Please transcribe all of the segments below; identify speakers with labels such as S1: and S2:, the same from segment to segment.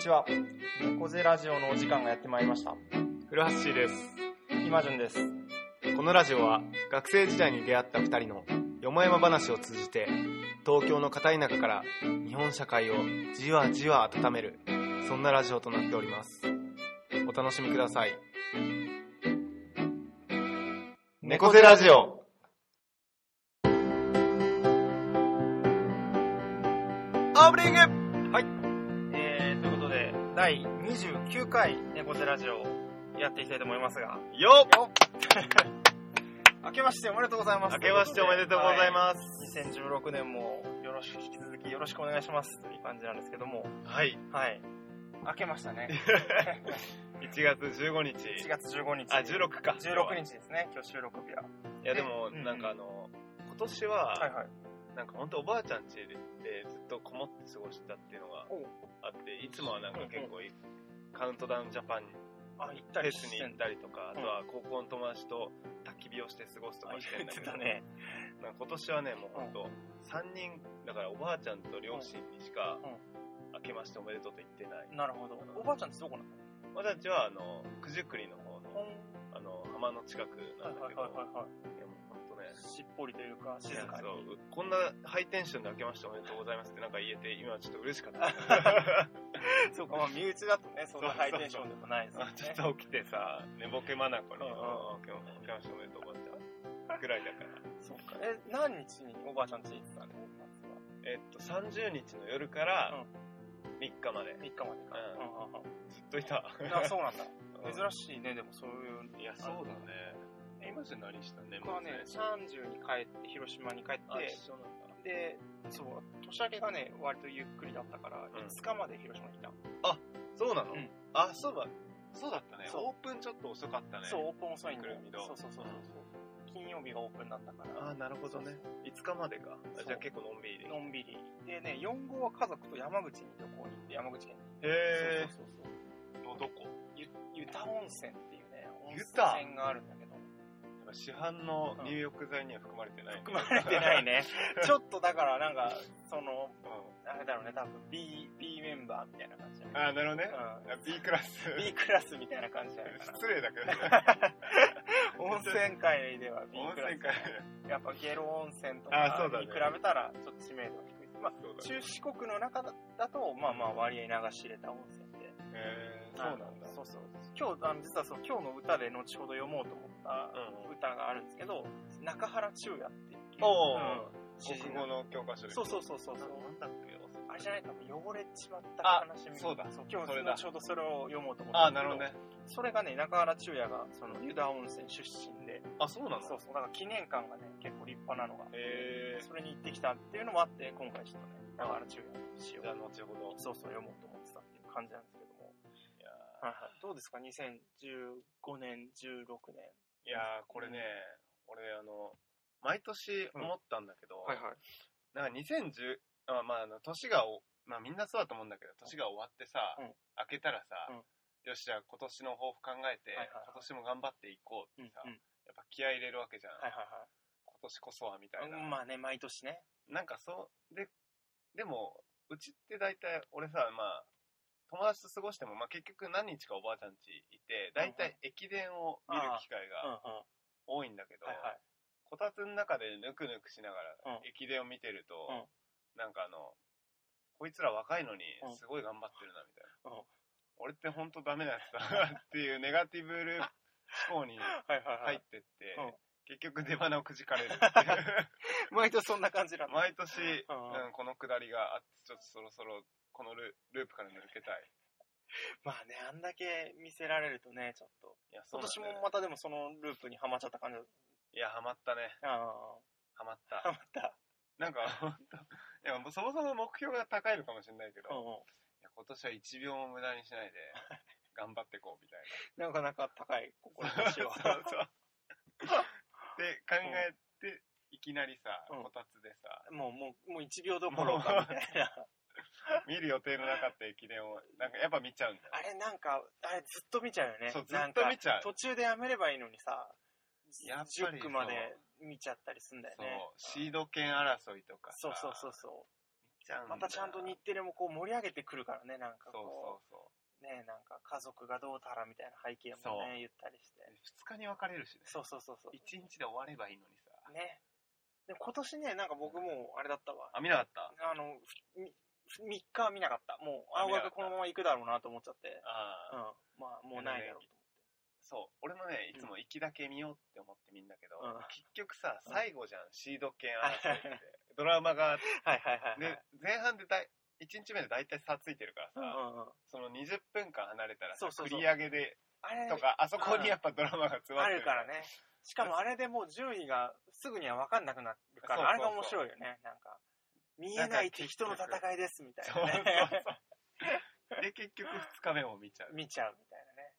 S1: ちは。猫背ラジオのお時間がやってまいりました。
S2: 古橋です。
S1: 今順です。
S2: このラジオは学生時代に出会った二人のよもやま話を通じて東京の片田舎から日本社会をじわじわ温めるそんなラジオとなっております。お楽しみください。猫背ラジオオープニング
S1: えー、ということで、第29回猫背ラジオをやっていきたいと思いますが、
S2: よっ
S1: 明けましておめでとうございます。
S2: 明けましておめでとうございます。
S1: す。2016年もよろしく、引き続きよろしくお願いしますという感じなんですけども、
S2: はい。
S1: はい。明けましたね。
S2: 1月15日。
S1: 1月15日。
S2: あ、16か。
S1: 16日ですね。今日収録日は。
S2: いやでも、
S1: うん
S2: なんかあの、今年
S1: はい
S2: は、
S1: はい。
S2: なんか本当おばあちゃん家でずっとこもって過ごしてたっていうのが
S1: お
S2: あって、いつもはなんか
S1: うんうん
S2: 結構い、カウントダウンジャパン
S1: あ、行っ
S2: フ
S1: た
S2: ェ
S1: り
S2: ス
S1: し
S2: に
S1: て
S2: 行っ
S1: ん
S2: たりとか、あ
S1: ん
S2: とは高校の友達と焚き火をして過ごすと
S1: あ
S2: かして
S1: 言
S2: ん
S1: っ
S2: だ
S1: て
S2: けど、
S1: たね。
S2: なんか今年はね、もう本当、3人、だからおばあちゃんと両親にしか、明けましておめでとうと言ってない。
S1: なるほど。おばあちゃんってどこなの
S2: おばあちゃんちは、あの、九十九里の方
S1: ほん
S2: の、あの、浜の近くなんだ
S1: は
S2: け
S1: い
S2: ど、
S1: はい
S2: い
S1: はいはい。
S2: やもう本当ね、
S1: しっぽりというか、静
S2: いや
S1: かに。
S2: そうこんなハイテンションで明けましておめでとうございますってなんか言えて今はちょっと嬉しかった
S1: そうか、まあ、身内だとね、そん
S2: そうそ
S1: な
S2: う
S1: ハイテンションでもないですよ
S2: あち
S1: ね。
S2: ょっと起きてさ寝ぼけまなこに「
S1: うんう
S2: あ
S1: ん
S2: 今日も明けましておめでとうおばあちゃん」ぐらいだから
S1: そうか。え、何日におばあちゃんち行ってたの
S2: えっと30日の夜から3日まで
S1: ?3 日までか。
S2: うん
S1: うんうん
S2: ずっといた
S1: うんあ、そうなんだ。
S2: う。
S1: 珍しいね、でもそういうん
S2: いやそうだねえ今じゃ何したね
S1: 僕はね、30に帰って、広島に帰って、
S2: あ一緒なんだ
S1: で、そう、年明けがね、割とゆっくりだったから、
S2: ん
S1: 5日まで広島にいた。
S2: そうなの、
S1: うん
S2: あそうだそうだったね
S1: そう
S2: オープンちょっと遅かったね
S1: そう、オープン遅いん
S2: く
S1: だよ
S2: るみの
S1: そうそうそうそう。金曜日がオープンだったから。
S2: あなるほどね5日までかあじゃあ結構のんびりできた
S1: のんびり。でね、4号は家族と山口に旅行に行って、山口県に。
S2: へえ
S1: そうそうそうそ
S2: ど
S1: う。
S2: こ
S1: ゆ、湯田温泉っていうね、温
S2: 湯田
S1: 泉があるんだけど。
S2: 市販の入浴剤には含まれてない、
S1: 含まれてない
S2: ね、
S1: ね。 ちょっとだからなんか、その、
S2: う
S1: あれだろうね、多分 B、B メンバーみたいな感じだね
S2: ん、あなるほどね、
S1: う
S2: B クラス
S1: ん。B クラスみたいな感じだよね。
S2: 失礼だけどね
S1: 温泉界では B
S2: 温
S1: クラス。
S2: 泉会
S1: やっぱゲロ温泉と
S2: あそ
S1: か
S2: うだね
S1: に比べたら、ちょっと知名度が低い。まあ、
S2: そうだね
S1: 中四国の中だだと、まあまあ割合流し入れた温泉で。
S2: えー、そうなんだ
S1: そうそう。今日、あの、実はそう、今日の歌で後ほど読もうと思った
S2: うん
S1: 歌があるんですけど、中原中也っていう。
S2: おー
S1: うん詩人
S2: 国語の教科書で
S1: そうそうそうそう。
S2: な
S1: そうん
S2: だっけ
S1: あれじゃないか、汚れちまった悲しみ。
S2: あそうだ
S1: そう、今
S2: それだ
S1: 日、後ほどそれを読もうと思った。
S2: あなるほどね。
S1: それがね、中原中也が、その、湯田温泉出身で、
S2: あそうなの
S1: そうそう、だから記念館がね、結構立派なのが、
S2: えー、
S1: それに行ってきたっていうのもあって、今回ちょっとね、中原中也の詩を
S2: じゃあ、後ほど
S1: そうそう読もうと思ってたっていう感じなんですけども。
S2: いや
S1: はいはい。どうですか ?2015 年、16年。
S2: ーいやーこれね俺あの毎年思ったんだけど、
S1: はい。
S2: なんか2010あまああの年がおまあみんなそうだと思うんだけど年が終わってさ、
S1: うん
S2: 明けたらさ、
S1: うん
S2: よしじゃあ今年の抱負考えて、
S1: はいはいはい
S2: 今年も頑張っていこうっ
S1: うん、うん
S2: てさ、。やっぱ気合い入れるわけじゃん、
S1: はいは
S2: 今年こそはみたい
S1: いは
S2: な、
S1: い。うんまあね、毎年ね。
S2: なんかそうででもうちって大体俺さまあ友達と過ごしても、まあ、結局何日かおばあちゃん家いて大体駅伝を見る機会
S1: うんうん。
S2: が
S1: は
S2: 多いんだけど、
S1: いはい。
S2: こたつの中でぬくぬくしながら、
S1: うん
S2: 駅伝を見てると、
S1: うん
S2: なんかあの、こいつら若いのに
S1: うん
S2: すごい頑張ってるな、みたいな。
S1: うん
S2: 俺ってほんとダメなやつだなっていうネガティブルー思考に
S1: はいは
S2: 入っ
S1: いはい。
S2: てって、
S1: うん
S2: 結局出花をくじかれるっていう
S1: 毎年そんな感じなんだ。
S2: 毎年、
S1: うん
S2: うんこのくだりがあって、ちょっとそろそろこのルループから抜けたい。
S1: まあね、あんだけ見せられるとね、ちょっと。
S2: いや、そ
S1: 今
S2: うだ
S1: 年
S2: ね
S1: もまたでもそのループにはまっちゃった感じだ。
S2: いや、ハマったね。
S1: あ
S2: ハマっ
S1: あ、
S2: た。
S1: はまった。
S2: なんか、ほんと、いや、もうそもそも目標が高いのかもしれないけど、
S1: うんうん。
S2: いや今年は1秒も無駄にしない で頑張ってこうみたい
S1: なかなか高い
S2: な。
S1: 志 を。
S2: そうそうで考えて、いきなりさ、
S1: うん
S2: こたつでさ、
S1: もう、もう、もう1秒どころかみたいな。
S2: 見る予定のなかった駅伝を、なんかやっぱ見ちゃうんだよ。
S1: あれなんか、あれずっと見ちゃうよね。
S2: そうず
S1: な
S2: っ
S1: んか
S2: と見ちゃう。
S1: 途中でやめればいいのにさ、
S2: やっぱりそう
S1: 10区まで見ちゃったりすんだよ
S2: そう
S1: ね。、
S2: シード権争いとか。
S1: そうそうそううそう。
S2: 見ちゃうんだ
S1: またちゃんと日テレもこう盛り上げてくるからね、なんか
S2: そう
S1: こ、
S2: そうそう
S1: ね、なんか家族がどうたらみたいな背景も
S2: そう
S1: ね、言ったりして。
S2: う2日に分かれるしね
S1: そうそうそうそ
S2: 1日で終わればいいのにさ
S1: う。ね。で今年ね、なんか僕もうあれだったわ。
S2: あ見なかった
S1: あの、3日は見なかった。もう、青学このまま行くだろうなと思っちゃって。
S2: あ
S1: う
S2: あ、
S1: ん。まあ、もうないだろうと
S2: そう俺もねいつも行きだけ見ようって思って見んだけど、
S1: うん
S2: 結局さ
S1: うん
S2: 最後じゃん、シード権争い ってドラマがあって
S1: 思って。はいはいはい、は
S2: で
S1: い。
S2: 前半でだい1日目で大体差ついてるからさ、
S1: うんうんうん。
S2: その20分間離れたらさ
S1: そうそうそう
S2: 繰り上げで
S1: あれ
S2: とかあそこにやっぱドラマが詰まっ
S1: あ
S2: て
S1: る
S2: る
S1: からね。しかもあれでもう順位がすぐには分かんなくなるから、あ
S2: そう
S1: れが
S2: そう
S1: 面
S2: そう
S1: 白いよね。なんか、見えない敵との戦いですみたいな
S2: そう
S1: ね。
S2: そう そうで結局2日目も見ちゃう
S1: 見ちゃうみたいなね。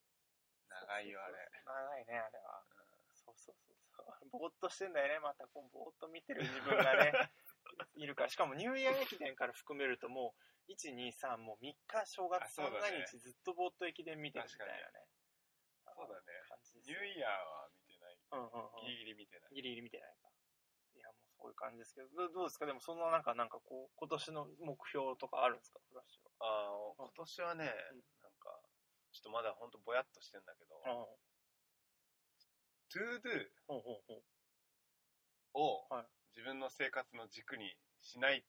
S2: 長いよあれ
S1: 長いね、あれは
S2: うん。
S1: そうそうそうそう。ぼーっとしてんだよね、またこう、ぼーっと見てる自分がね、いるから。しかもニューイヤー駅伝から含めるともう、1、2、3、もう3日、正
S2: あ
S1: 月、
S2: そう
S1: 三
S2: だね
S1: が日ずっとぼーっと駅伝見てるみたいなね。
S2: そうだね
S1: 感じです
S2: ニューイヤーは見てない
S1: うんうんうん。
S2: ギリギリ見てない
S1: ギリギリ見てないか。いや、もうそういう感じですけど、どどうですかでもその中、なんかこう、今年の目標とかあるんですかフラッシ
S2: あー今年はね、
S1: うん
S2: なんかちょっとまだほんとぼやっとしてんだけど、
S1: ュは。
S2: トゥードゥ
S1: うん。ほうほう
S2: を
S1: ほう。はい
S2: 自分の生活の軸にしないっ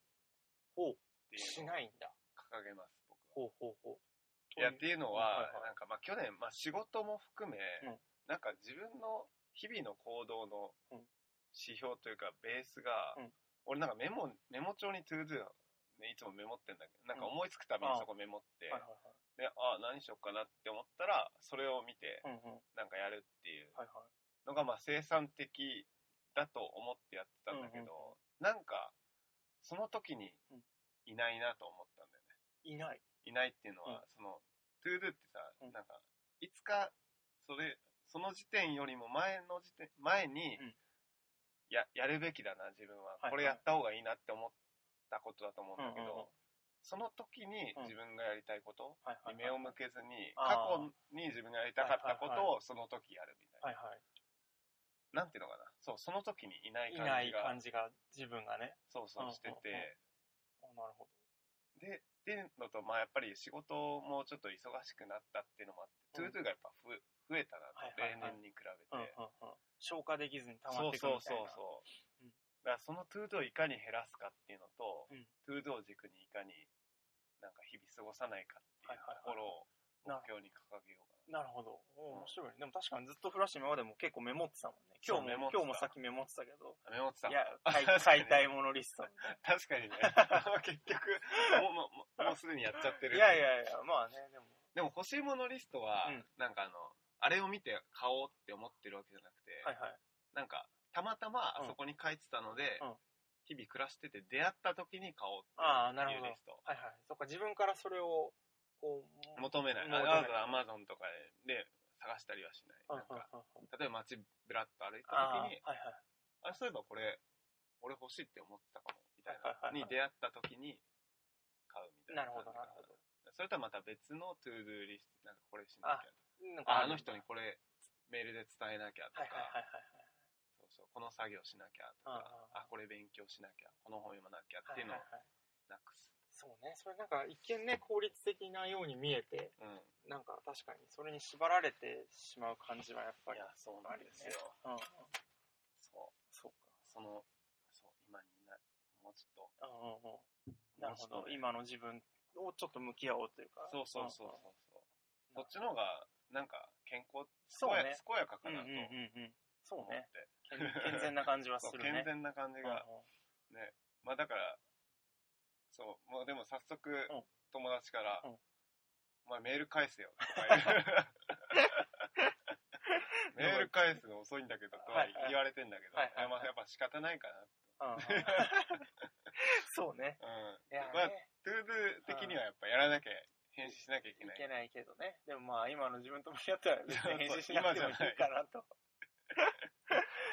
S1: ほう。
S2: てい
S1: し
S2: うのを
S1: ないんだ。
S2: 掲げます僕は
S1: ほうほうほう。
S2: いやっていうの
S1: はい
S2: は
S1: は
S2: な
S1: い
S2: んかまあ去年まあ仕事も含め
S1: うん
S2: なんか自分の日々の行動の
S1: うん
S2: 指標というかベースが
S1: うん
S2: 俺なんかメモメモ帳にトゥードゥねいつもメモってんだけどなんか思いつくたびにそこメモって
S1: はいはいはい。
S2: でああ何しよっかなって思ったらそれを見て
S1: うんうん。
S2: なんかやるっていう
S1: はいは
S2: のがまあ生産的だと思ってやってたんだけ
S1: うんうん
S2: どなんかその時に
S1: うん
S2: いないなと思ったんだよね
S1: い。いない。
S2: いないっていうのは、その、トゥードゥってさ、
S1: うん
S2: なんか、いつか、それ、その時点よりも前の時点、前に、
S1: うん
S2: や、やるべきだな、自分は。
S1: いはい
S2: これやった方がいいなって思ったことだと思うんだけど、
S1: うんうんうん
S2: その時に
S1: うん
S2: 自分がやりたいこと
S1: はいはい、はい。
S2: に目を向けずに、
S1: あ
S2: 過
S1: ー
S2: 去に自分がやりたかったこ
S1: はいは
S2: とをその時やるみたいな。
S1: はいは
S2: なんていうのかな。そう、その時にいない
S1: い。い
S2: 感
S1: な
S2: じ
S1: い
S2: が、
S1: 感じが、自分がね。
S2: そうそうして
S1: うんうんうん
S2: て、
S1: あなるほ
S2: で、っていうのと、まあやっぱり仕事もちょっと忙しくなったっていうのもあって、トゥ
S1: うん
S2: ートゥがやっぱ増え増えたな
S1: はい
S2: と、
S1: はいは
S2: 例
S1: い
S2: 年に比
S1: ど。うんうん
S2: べて。
S1: うん。消化できずに
S2: そう
S1: 溜まって
S2: そ
S1: くる
S2: う
S1: み
S2: そう
S1: たいな。
S2: そう。
S1: うん
S2: だからそのトゥートゥをいかに減らすかっていうのと、
S1: うん
S2: トゥートゥを軸にいかになんか日々過ごさないかっていうところを目標に掲げようか
S1: なるほど。お面白いね。でも確かにずっとフラッシュ今までも結構メモってたもんね。今
S2: そうメ
S1: 日
S2: モっ
S1: も、
S2: てた
S1: 今日もさっきメモってたけど。
S2: な。メモってた
S1: いや、買い
S2: 確かに
S1: 買いたいものリストみたいな。
S2: 確かにね。 結局もうもう、もうもうすでにやっちゃってる。
S1: いやいやいや、まあね、でも。
S2: でも欲しいものリストは、
S1: うん
S2: なんかあの、あれを見て買おうって思ってるわけじゃなくて、
S1: はいはい。
S2: なんか、たまたまあそこに書いてたので、
S1: うん
S2: 日々暮らしてて出会った時に買おう
S1: ああ、
S2: っ
S1: な
S2: てい
S1: る
S2: う
S1: ほど。は
S2: リ
S1: い
S2: スト。
S1: はい。そっか、自分からそれを、こう、
S2: 求めない。
S1: 求め
S2: わ
S1: ない
S2: ざわざ Amazon とかでで探したりはしない。
S1: う
S2: な
S1: ん
S2: ん
S1: うん
S2: か、
S1: うんうん
S2: 例えば街ぶらっと歩い
S1: ああ、
S2: た
S1: はい
S2: 時
S1: はい
S2: に、。あそういえばこれ、俺欲しいって思ってたかも、みたい
S1: はいはいはい
S2: な。
S1: はい
S2: に出会った時に買うみたいな。
S1: なるほど、なるほど。
S2: それとはまた別の to do リスト、なんかこれしなきゃとか
S1: なんか
S2: あ
S1: る
S2: あの人にこれメールで伝えなきゃと
S1: はいはいは
S2: か、
S1: いはい。
S2: そうそうこの作業しなきゃと
S1: うんうん
S2: か、あ、これ勉強しなきゃ、この本読まなきゃっていうの
S1: は
S2: を
S1: いはいはい
S2: なくす。
S1: そうね、それなんか一見ね、効率的なように見えて、
S2: うん。
S1: なんか確かにそれに縛られてしまう感じはやっぱ
S2: い
S1: り
S2: や。、そうなんですよ。
S1: うんうん、
S2: そう。
S1: そうか。
S2: その、そう、今にいない。もうちょっ
S1: うんうんうんな
S2: も
S1: るほ
S2: うちょっ
S1: ど、
S2: とね
S1: 今の自分をちょっと向き合おうというか。
S2: と。そうそうそうそうそう。
S1: う
S2: そ
S1: ん
S2: っちの方が、なんか、健康、
S1: そうね
S2: 健やかか
S1: うん。う
S2: なんと
S1: うん
S2: 思
S1: うんうん。そう
S2: って
S1: ね。。健健全な感じは
S2: そ
S1: す
S2: う
S1: る
S2: 健
S1: ね。
S2: 全な感じが。ね。まあだから、そう、もうでも早速
S1: ん、
S2: 友達から
S1: うん、
S2: お前メール返せよ とか言うメール返すの遅いんだ けどとは言われてんだけど、
S1: はいはいはい
S2: あまあやっぱ仕方ないか
S1: うん うんうんそうね。
S2: な。
S1: いや
S2: うん。
S1: ね、
S2: まあ、トゥードゥ的にはやっぱやらなきゃ、返信しなきゃいけ
S1: い
S2: ない。
S1: けないけどね。でもまあ、今の自分と向き合ったら 別に返事しなくてもいいかなと。
S2: だか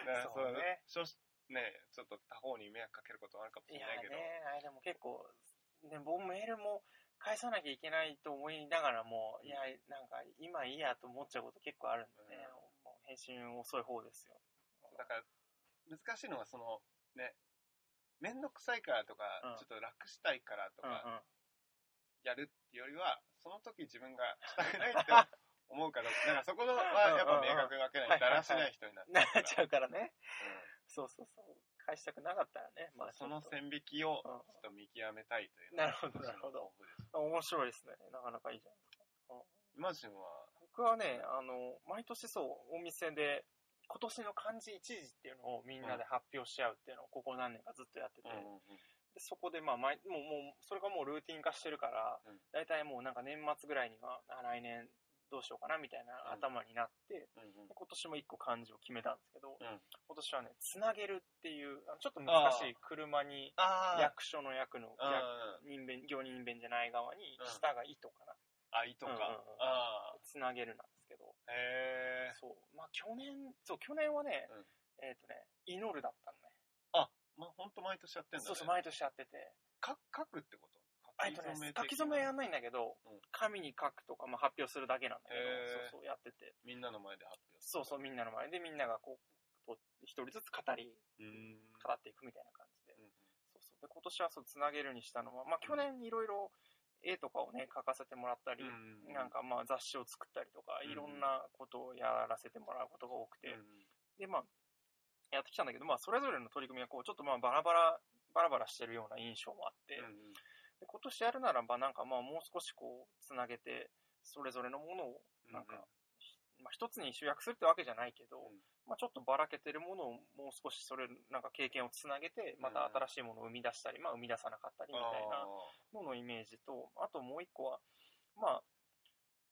S2: らそう
S1: そうね
S2: しょしね、ちょっと他方に迷惑かけることもあるかもし
S1: い
S2: れ
S1: や
S2: ないけど、
S1: ね、あれでも結構、ね、僕メールも返さなきゃいけないと思いながらも、いや、なんか今いいやと思っちゃうこと結構あるんでね、もう返信遅い方ですよ。
S2: だから難しいのはその、ね、面倒くさいからとか、
S1: うん
S2: ちょっと楽したいからと
S1: うん
S2: か、
S1: うん
S2: やるっていうよりは、その時自分がしたくないって思うか どうか、なんかそこはやっぱ明確に分けない、
S1: うんうん
S2: だらしない人になっ
S1: なっ
S2: ちゃう
S1: ち
S2: から。
S1: ゃうからね。
S2: うん
S1: そうそうそう。返したくなかったらね。まあ、
S2: その
S1: ちょっ
S2: 線引きを
S1: とうん
S2: ちょっと見極めたいというのが
S1: なるほどなるほど
S2: 私の抱負です。
S1: 面白いですね。なかなかいいじゃないですか。
S2: イマジンは、
S1: 僕はね、あの、毎年そう、お店で、今年の漢字一字っていうのをみんなで発表し合うっていうのをここ何年かずっとやってて、でそこでまあ毎、もう、もう、それがもうルーティン化してるから、
S2: うん
S1: 大体もうなんか年末ぐらいには、あ来年どうしようかなみたいな頭になって、
S2: うんうん
S1: 今年も一個漢字を決めたんですけど、
S2: うん
S1: 今年はね、つなげるっていう、あのちょっと難しい車に、
S2: あ
S1: 役所の役の
S2: あ、うん
S1: 人弁、行人弁じゃない側に
S2: うん、
S1: 下が「い」とかな、
S2: あ、いとか
S1: うんうんうん、
S2: あ
S1: つなげるなんですけど、
S2: あ、へえ、
S1: そう、まあ去年、そう、去年はね、
S2: うん
S1: えっ、とね、祈るだったのね。
S2: まあ本当毎年やってんだね。
S1: そうそう、毎年やってて。
S2: か書くってこと
S1: あえっと
S2: 的
S1: ね、
S2: な
S1: 書き初めはやんないんだけど、
S2: うん
S1: 紙に書くとか、まあ、発表するだけなんだけど
S2: へー、
S1: そうそう、やってて。
S2: みんなの前で発表す
S1: そうそう、みんなの前でみんながこう、と一人ずつ語り、
S2: る。うーん。
S1: 語っていくみたいな感じで。
S2: うんうん
S1: そうそう。で、今年はそう、つなげるにしたのは、まあ去年いろいろ絵とかをね、書かせてもらったり、
S2: うん
S1: なんかまあ雑誌を作ったりとか、
S2: うん
S1: いろんなことをやらせてもらうことが多くて、
S2: うん
S1: でまあやってきたんだけど、まあ、それぞれの取り組みがこうちょっとまあバラバラバラバラしてるような印象もあって、
S2: うんうん
S1: で今年やるならばなんかまあもう少しこうつなげてそれぞれのものをなんか、まあ、一つに集約するってわけじゃないけど、
S2: うん
S1: まあ、ちょっとばらけてるものをもう少しそれなんか経験をつなげてまた新しいものを生み出したり、まあ、生み出さなかったりみたいなののイメージと、あともう一個は、ま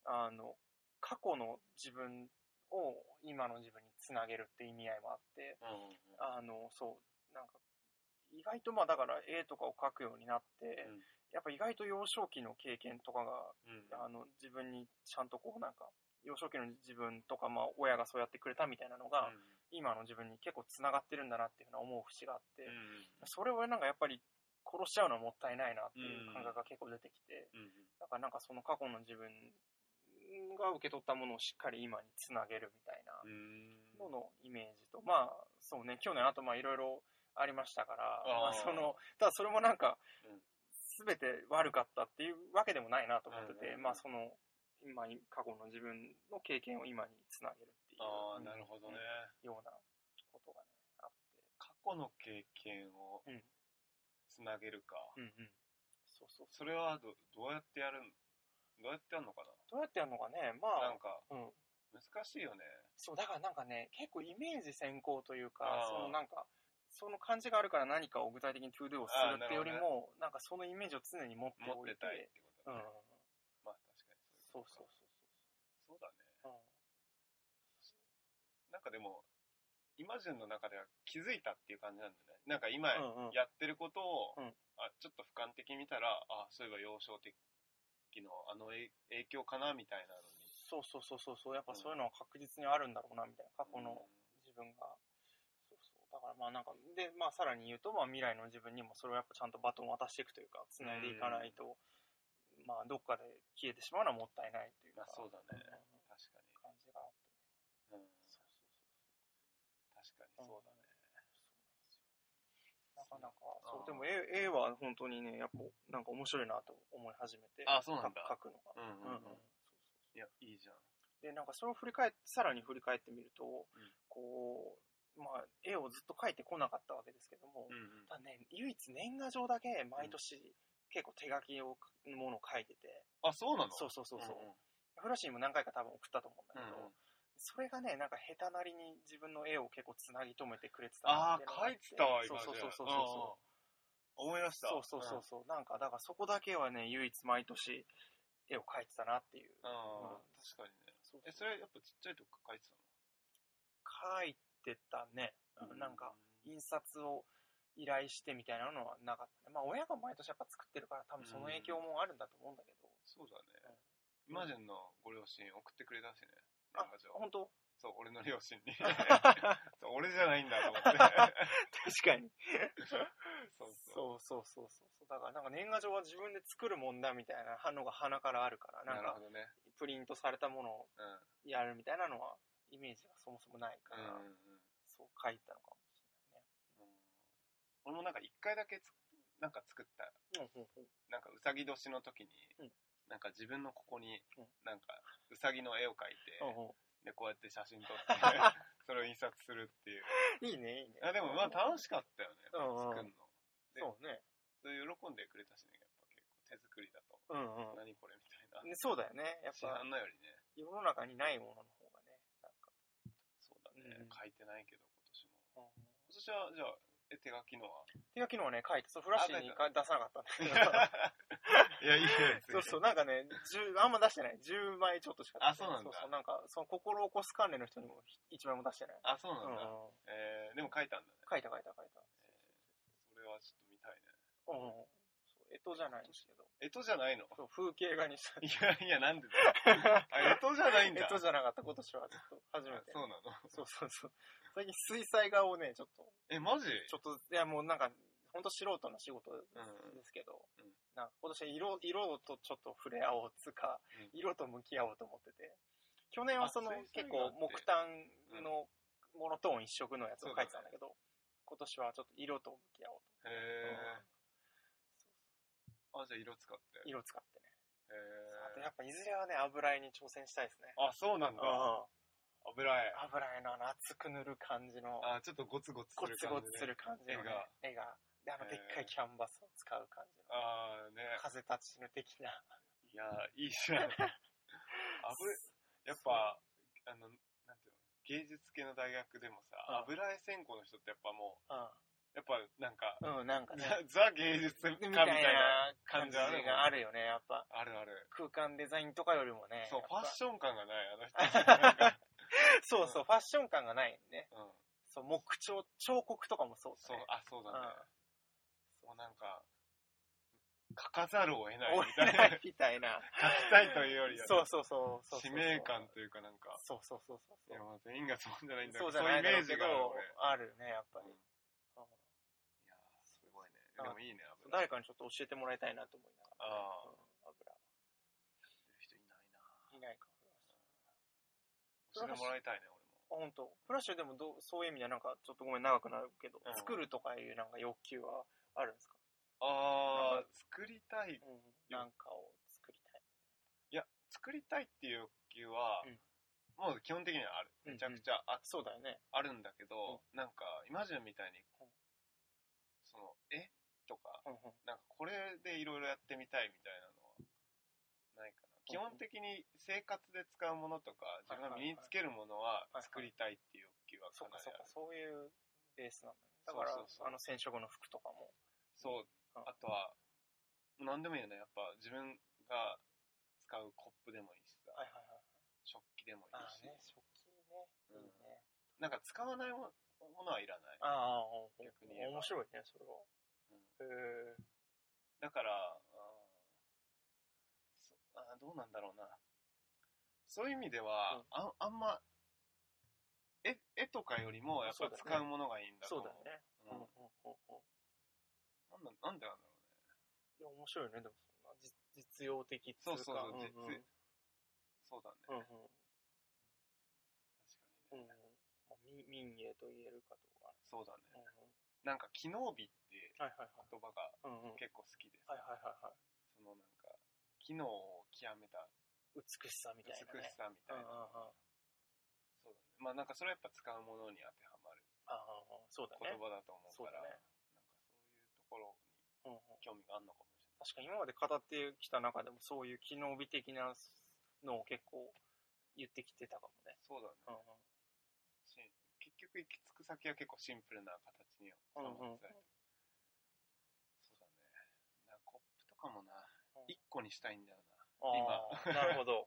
S1: あ、あの、過去の自分を今の自分につなげるっていう意味合いもあって、
S2: あーうんうんうん
S1: あの、そう、なんか、意外とまあだから絵とかを描くようになって、
S2: うん
S1: やっぱ意外と幼少期の経験とかが、
S2: うん
S1: あの、自分にちゃんとこうなんか、幼少期の自分とか、まあ親がそうやってくれたみたいなのが、今の自分に結構つながってるんだなっていうのは思う節があって、それをなんかやっぱり殺しちゃうのはもったいないなっていう感覚が結構出てきて、
S2: うんうん
S1: だからなんかその過去の自分が受け取ったものをしっかり今につなげるみたいな
S2: うん
S1: ののイメージと、まあそうね、去年あとまあいろいろありましたから、ま
S2: あー
S1: あその、ただそれもなんか
S2: うん、
S1: すべて悪かったっていうわけでもないなと思っ
S2: う
S1: て
S2: んうん
S1: て、
S2: うん
S1: まあその、今、過去の自分の経験を今につなげるっていう
S2: ああ、なるほどね。
S1: ようなことがね、あって。
S2: 過去の経験を
S1: うん
S2: つなげるか。
S1: うんうん。そうそう。
S2: それはどどうやってやるんどうやってやるのか
S1: どうやってやるのかね、ま
S2: なな
S1: あ
S2: ん、か、
S1: うん。
S2: 難しいよね。
S1: そう、だからなんかね、結構イメージ先行というか
S2: あー、
S1: そのなんか、その感じがあるから何かを具体的に to do をするっていうより
S2: あーなる
S1: も、なんかそのイメージを常に持って
S2: 持
S1: お
S2: っ
S1: い
S2: て
S1: て。
S2: たいってこと
S1: うん
S2: だね。。まあ確かに
S1: そう
S2: ことか
S1: そうそう
S2: そうだね。
S1: そう。うん
S2: なんかでも、イマジンの中では気づいたっていう感じなんだね。なんか今
S1: うんうん
S2: やってることを、
S1: うん
S2: あちょっと俯瞰的に見たら、あそういえば幼少的のあのえ影響かなみたいなのに。
S1: そうそうそうそうそう、やっぱそういうのは確実にあるんだろうな、みたいな、過去の自分が。そうそう。だからまあなんか、で、まあさらに言うと、まあ未来の自分にもそれをやっぱちゃんとバトンを渡していくというか、繋いでいかないと、まあどっかで消えてしまうのはもったいないという
S2: ま
S1: か
S2: あ、そうだね。
S1: うん
S2: 確か
S1: 感じがあって。
S2: に。うん、
S1: そうそうそう。
S2: 確かにそうだね。
S1: なかなか、
S2: あ
S1: そ
S2: ー
S1: う、でも絵絵は本当にね、やっぱなんか面白いなと思い始めて、
S2: あそうなんだ
S1: か描くのが。
S2: うん
S1: うんうん
S2: うんうん。いや、いいじゃん。
S1: で、なんかそれを振り返って、さらに振り返ってみると、
S2: ん
S1: こう、まあ、絵をずっと描いてこなかったわけですけども、
S2: うん
S1: ただね、唯一年賀状だけ毎年、結構手書きをのものを書いてて、
S2: あ、そうなの
S1: そうそうそうそう、
S2: んん
S1: フラッシュにも何回か多分送ったと思うんだけど、
S2: うんうん
S1: それがね、なんか下手なりに自分の絵を結構つなぎ止めてくれて
S2: あ
S1: たなっていうの
S2: あ、
S1: があ
S2: 書いてた
S1: っ
S2: わ、
S1: そ
S2: 今じ
S1: う
S2: ゃ。
S1: そうそ
S2: うんうん思い出した。
S1: うそうそう。そうそうそうそう、なんかだからそこだけはね唯一毎年絵を描いてたなっていう
S2: うん。うん
S1: うん
S2: 確かにね。
S1: そう
S2: え、それやっぱちっちゃい時から書いてたの
S1: 描いてたね、うん、なんか、印刷を依頼してみたいなのはなかったねまあ親が毎年やっぱ作ってるから多分その影響もあるんだと思うんだけど、
S2: そうだね。
S1: うん
S2: イマジンのご両親送ってくれたしね。
S1: あ
S2: なんかじゃあ
S1: 本当
S2: そう、俺の両 親に。
S1: 確
S2: そう俺じゃないんだと思って。
S1: かに
S2: そうそう。
S1: そうそうそうそうそうだからなんか年賀状は自分で作るもんだみたいな反応が鼻からあるから
S2: な
S1: なん
S2: る
S1: か
S2: ほどね。
S1: プリントされたものを
S2: うん。
S1: やるみたいなのはイメージがそもそもないか
S2: う
S1: ら、
S2: んうんうん。
S1: そう書いてたのかもし
S2: うん俺
S1: れないね
S2: もなんか一回だけつなんか作った
S1: うんうんうん
S2: なんかうさぎ年の時に、
S1: うん
S2: なんか自分のここに
S1: うん
S2: なんかうさぎの絵を描いて、
S1: うん
S2: でこうやって写真撮って それを印刷するっていう
S1: うんいいね、いいね。
S2: あでもまあ楽しかったよね
S1: うんうん
S2: 作るので
S1: そうね。
S2: それ喜んでくれたしねやっぱ結構手作りだと
S1: うんう。
S2: 何これみ たいなん
S1: ねそうだよね。やっ
S2: 市
S1: ぱ
S2: 販、のよりね
S1: 世の中にないものの方がね、なんか。
S2: そうだね、
S1: うん
S2: 書いてないけど今年も
S1: うん
S2: 今年はじゃあえ手書きのは
S1: 手書きのはね、書いて、そう、フラッシュにか出さなかったんだけ ど。
S2: いやいいやつ
S1: そうそう、なんかね、10あんま出してない。10枚ちょっとしか出してな
S2: あそう
S1: い。
S2: なんだ
S1: そうそう、なんか、その心を起こす関連の人にも1枚も出してない。
S2: あそう
S1: うん
S2: なんだ、
S1: うん。
S2: えーでも書いたんだね
S1: 書いた書いた書いた。
S2: それはちょっと見たいね
S1: うんうん。そう干支じゃないんですけど。
S2: えとじゃ ないの
S1: そう、風景画にした。
S2: いやいやなんでだ よあえとじゃないんだ
S1: 干支じゃなかった、今年はちょっと初め
S2: あ
S1: て。
S2: そうなの
S1: そうそうそう。最近水彩画をね、ちょっと、
S2: えマジ
S1: ちょっと、いやもうなんか、ほんと素人の仕事ですけど、
S2: うんうん
S1: なんか今年は色、色とちょっと触れ合おうっつうか、
S2: うん
S1: 色と向き合おうと思ってて、去年はその
S2: あ水
S1: 結
S2: 彩画
S1: 構
S2: って
S1: 木炭のモノトーン一色のやつを描いてたんだけど、今年はちょっと色と向き合おう
S2: へ
S1: と。
S2: え
S1: そう
S2: あじゃあ色使って
S1: そう色使ってね。
S2: へ
S1: あと
S2: え
S1: やっぱいずれはね、油絵に挑戦したいですね。
S2: あそうなんだ
S1: うん
S2: 油絵
S1: 油絵のあの熱く塗る感じの。
S2: あちょっとゴツゴツ
S1: ゴ
S2: する
S1: ツ
S2: 感
S1: ゴ
S2: じ
S1: ツする感じの、ね、絵がであの
S2: へー
S1: でっかいキャンバスを使う感じの
S2: ああね
S1: 風立ちぬ的ない
S2: やーいいじゃん 油やっぱあのなんていうの芸術系の大学でもさ
S1: うん
S2: 油絵専攻の人ってやっぱもうやっぱなんか
S1: うん、うん、なんかね
S2: ザザ芸術家みた
S1: み
S2: い
S1: たいな
S2: な
S1: 感
S2: 感じ
S1: じ
S2: あるもんね
S1: があるよねやっぱ
S2: あるある
S1: 空間デザインとかよりもね
S2: そうファッ
S1: ョン
S2: ション感がないあの人なん か
S1: そうそうファッション感がないね
S2: うん
S1: そう木彫彫刻とかもそうだ
S2: そう
S1: ね
S2: あそうだね
S1: うん
S2: もうなんか書かざるを得ない
S1: 俺
S2: みたいな
S1: みたい な
S2: 書きたいというよりはね
S1: そうそうそうそう
S2: 使命感というかなんか
S1: そうそうそうそう
S2: い
S1: そ
S2: や
S1: う
S2: まあ全員がそうじゃないんだけ
S1: そ
S2: ど
S1: うじゃないだ
S2: ういうイメー
S1: ろうけ
S2: ジ
S1: ど
S2: がある俺
S1: あるねやっぱり、
S2: うん
S1: うん
S2: いやーすごいね
S1: なん
S2: で
S1: か
S2: もいいね油絵
S1: 誰かにちょっと教えてもらいたいなと思いながら、
S2: ああ
S1: うん油
S2: 人いないない
S1: ないか。
S2: 教えてもらいたいね
S1: あ、本当。フラッシュでもどう、そういう意味ではなんか、ちょっとごめん長くなるけど、
S2: うん
S1: 作るとかいうなんか欲求はあるんですか
S2: 俺もああ作りたい
S1: うん。なんかを作りたい。
S2: 作りたいっていう欲求は、
S1: うん
S2: もう基本的にはある
S1: うん
S2: めちゃくちゃあ,、
S1: そうだよね。
S2: あるんだけど、なんかイマジンみたいに、
S1: うん
S2: そのえとか
S1: うんうん。
S2: なんかこれでいろいろやってみたいみたいなのはないかな基
S1: うんうん
S2: 本的に生活で使うものとか自分が身につけるものは作りたいっていう欲求は
S1: そ
S2: かな
S1: う
S2: り
S1: かそう
S2: あ
S1: か
S2: る、
S1: そういうベースなんだね。だか
S2: そ
S1: ら、
S2: うそうそう
S1: あの染色の服とかも。
S2: そう
S1: うん
S2: あとは何でもいいよねやっぱ自分が使うコップでもいいしさ
S1: はいはいはい。
S2: 食器でもい
S1: あ
S2: い
S1: あ
S2: し、
S1: ね、食器ね。いいね。
S2: なんか使わないもものはいらない、
S1: ああ、逆
S2: 逆に
S1: に。
S2: 言えば
S1: 面白いね、それは。
S2: うん
S1: へえ。
S2: だからあーそあーどうなんだろうなそういう意味では、ああんま絵絵とかよりもやっ
S1: そう
S2: ぱ
S1: だね
S2: 使うものがいいんだと思
S1: そ
S2: う
S1: うだよね。うんうんうんうん。
S2: うんなんだなんでなんだろうね
S1: いや、面白いね、でもそんな、じ実用的ってい
S2: そうそうそう
S1: か
S2: 実
S1: んん
S2: そうだね、
S1: うんうん
S2: 確か
S1: うん
S2: に
S1: うん
S2: ね、
S1: まあ民民芸と言えるかどうか。
S2: そうだ
S1: うんう
S2: ね
S1: ん
S2: なんか機能美って
S1: はいはいはい。
S2: 言葉が
S1: うんうん、はい
S2: 結構好きでさ、
S1: はいはいはい。
S2: そのなんか機能を極めた
S1: 美しさみた
S2: 美
S1: いな、ね。
S2: しさみた
S1: うん
S2: い
S1: うんうん。
S2: な、
S1: あ
S2: そうだねまあなんかそれはやっぱ使うものに当てはまる
S1: あ、そうだ
S2: 言
S1: ね。
S2: 葉だと思う
S1: そう
S2: か
S1: だ
S2: ら、
S1: ね。
S2: なんかそういうところに
S1: うんうん、
S2: 興味があるのかもし
S1: 確かに今まで語ってきた中でもそういう機能美的なのを結構言ってきてたかも
S2: れ
S1: ね。
S2: ないそうだね、
S1: うんうん、
S2: し結局行き着く先は結構シンプルな形に収まってたりとか、そうだねなんかコップとかもな
S1: うん
S2: 1個にしたいんだよ
S1: ああ、なるほ ど。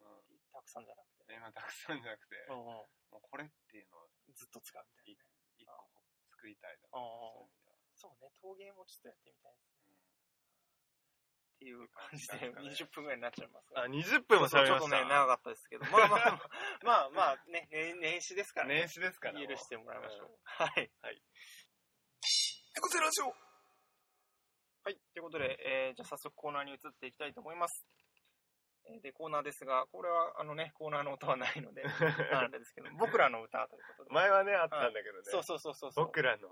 S2: な、うん
S1: たくさんじゃなくてね。
S2: 今たくさんじゃなくて、
S1: うんうん、
S2: もうこれっていうのを
S1: ずっと使うみたいな、ね。
S2: 1個作りたいだ
S1: あ
S2: な
S1: ー
S2: そういう意味では、
S1: そうね、陶芸もちょっとやってみたいですね。
S2: うん
S1: っていう感じで20分ぐらいになっちゃいますが
S3: あ20分も喋り
S1: ちょ
S3: ま
S1: っと
S3: し
S1: ね、
S3: た
S1: 長かったですけど。まあまあ、まあまあね、年年始ですからね。
S2: 年始ですから
S1: 許して
S2: も
S1: もらいましょう。はい。
S2: はい。
S3: エコゼラジオ
S1: はい。ということで、えーじゃあ早速コーナーに移っていきたいと思います。えーで、コーナーですが、これは、あのね、コーナーの音はないので、 あれですけど、僕らの歌ということで。
S3: 前はねあったんだけどね、
S1: そうそうそうそう。
S3: 僕らの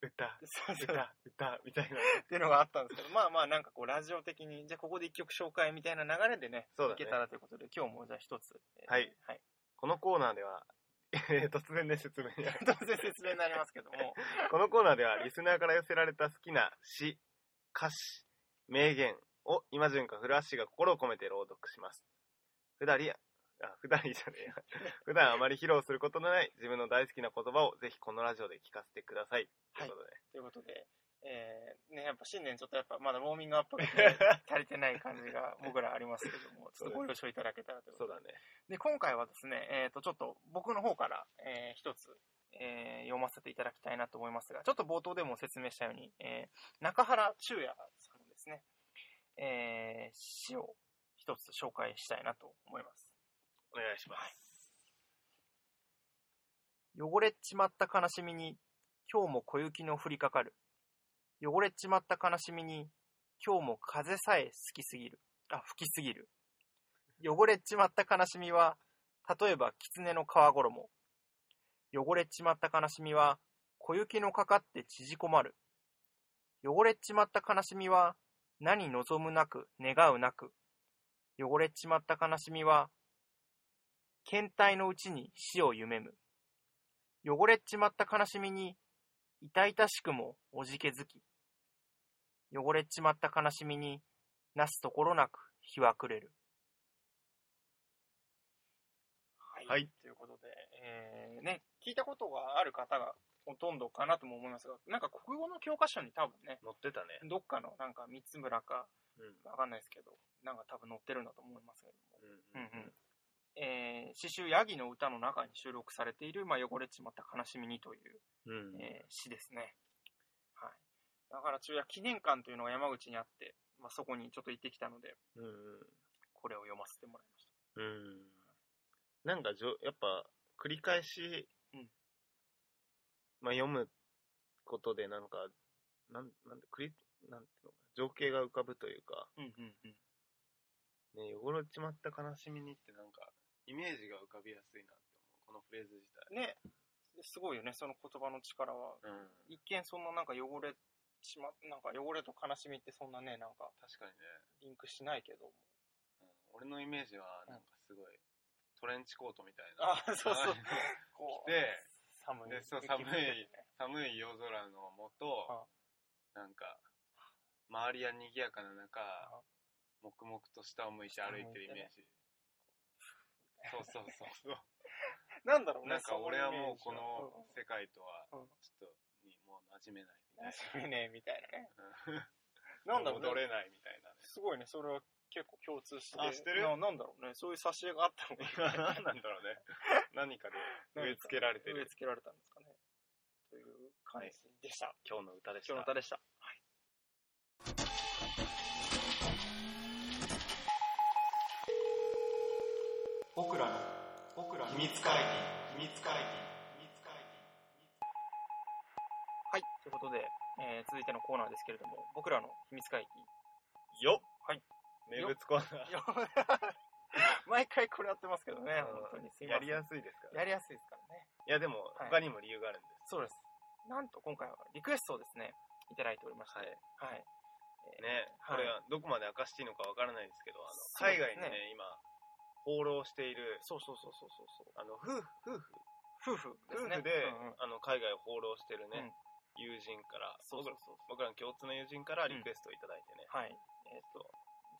S4: 歌、
S1: そうそう
S4: 歌、歌、みたいな。
S1: っていうのがあったんです けど、まあまあなんかこうラジオ的に、じゃあここで一曲紹介みたいな流れでね、
S2: そうだ
S1: い
S2: ね
S1: けたらということで、今日もじゃあ一つ。えー
S2: はい。
S1: はい。
S2: このコーナーでは、えー突然で説明になる
S1: 当然説明になりますけども、
S2: このコーナーではリスナーから寄せられた好きな詩、歌詞、名言を今順か古橋が心を込めて朗読します。普段りあ、普段りじゃねえや。普段あまり披露することのない自分の大好きな言葉をぜひこのラジオで聞かせてください。
S1: はい
S2: ということで。
S1: ということで、えー、ね、やっぱ新年ちょっとやっぱまだウォーミングアップがね 足りてない感じが僕らありますけども、ちょっとご了承いただけたらということで
S2: そうだね。
S1: で、今回はですね、えっ、と、ちょっと僕の方から、えー一つ、えー読ませていただきたいなと思いますが、ちょっと冒頭でも説明したように、えー中原中也さんのですね、えー詩を一つ紹介したいなと思います。
S2: お願いします。
S1: 汚れちまった悲しみに、今日も小雪の降りかかる。汚れちまった悲しみに、今日も風さえ好きすぎる。あ、吹きすぎる。汚れちまった悲しみは、例えば狐の皮衣。汚れちまった悲しみは、小雪のかかって縮こまる。汚れちまった悲しみは、何望むなく、願うなく。汚れちまった悲しみは、倦怠のうちに死を夢む。汚れっちまった悲しみに、痛々しくもおじけづき。汚れっちまった悲しみに、なすところなく日は暮れる。はい。
S2: はい
S1: ということで、えーね、聞いたことがある方がほとんどかなとも思いますが、なんか国語の教科書に多分ね、
S2: 乗ってたね。
S1: どっかのなんか三村か、
S2: うん。
S1: わかんないですけど、なんか多分載ってるんだと思いますけれども。
S2: うん。
S1: えー詩集「ヤギの歌」の中に収録されている「まあ、汚れちまった悲しみに」という、
S2: うん。
S1: えー詩ですね、はい、だから中夜記念館というのが山口にあって、まあ、そこにちょっと行ってきたので
S2: うん。
S1: これを読ませてもらいまし
S2: うん。なんかじょ、やっぱ、繰り返し、
S1: うん
S2: まあ読むことで、なんか、なん、なんで、繰り、なんていうのか、情景が浮かぶというか、
S1: た、うんうんうん、
S2: ね、汚れちまった悲しみにってなん
S4: なんか、イメージが浮かびやすいなって思う。このフレーズ自
S1: ねすごいよねその言葉の力は
S4: 体。うん。
S1: 一見そんななんか汚れちまなんか汚れと悲しみってそんなねなんか
S4: 確かにね、
S1: リンクしないけど
S4: うん俺のイメージは、なんかすごい、トレンチコートみたいな。
S1: あそうそうこう
S4: で、
S1: 寒い
S4: でそう寒い
S1: 雪降ってて
S4: 寒い夜空のもと、なんか、周りは賑やかな中、黙々と下を向いて歩いてるイメージ。そうそうそう そう。
S1: なんだろうね
S4: なんか俺はもうこ
S1: そイメージは
S4: の世界とは
S1: うん
S4: ちょっとにもう馴染めないみたい
S1: 馴染めねえみたいなね。
S4: な。
S1: なんだろう
S4: 戻
S1: ね。
S4: れないみたいな
S1: すごいね、それは結構共通して。
S4: あしてる
S1: ななんだろうね、そういう挿絵があったの
S4: ね。 何なんだろうね。何かで植え付けられて
S1: 植え
S4: る
S1: 付けられたんですかね。という感じでした。
S2: 今日の歌でした。
S1: 今日の歌でした。はい。僕らの、僕らの
S2: 秘密会議、秘密会議、秘密会
S1: はい、ということで、えー続いてのコーナーですけれども、僕らの秘密会議。
S2: 議。よっ
S1: はい。
S2: 名物コー
S1: いや 毎回これやって ますけどね、
S2: ナー。
S1: 本当にすいま
S2: や
S1: せん。
S2: りやすいですから。
S1: やりやすいですからね。
S2: いや、でも、
S1: はい
S2: 他にも理由があるんです。
S1: そうです。なんと今回はリクエストをですね、いただいておりまして、
S2: はい
S1: はい。えー
S2: ね、
S1: はい
S2: これはどこまで明かしていいのかわからないですけど、あの
S1: そうで
S2: 海
S1: すね
S2: 外にね、今、放浪している、
S1: そうそうそうそうそう
S2: あの、夫婦、夫婦、
S1: そう。夫婦で
S2: 夫
S1: すね。
S2: 婦で、
S1: うんうん
S2: あの、海外を放浪してるね、友人から、
S1: そうそうそう
S2: 僕ら僕らの共通の友人からリクエストをいただいてね、
S1: はい。えー
S2: ちょっと、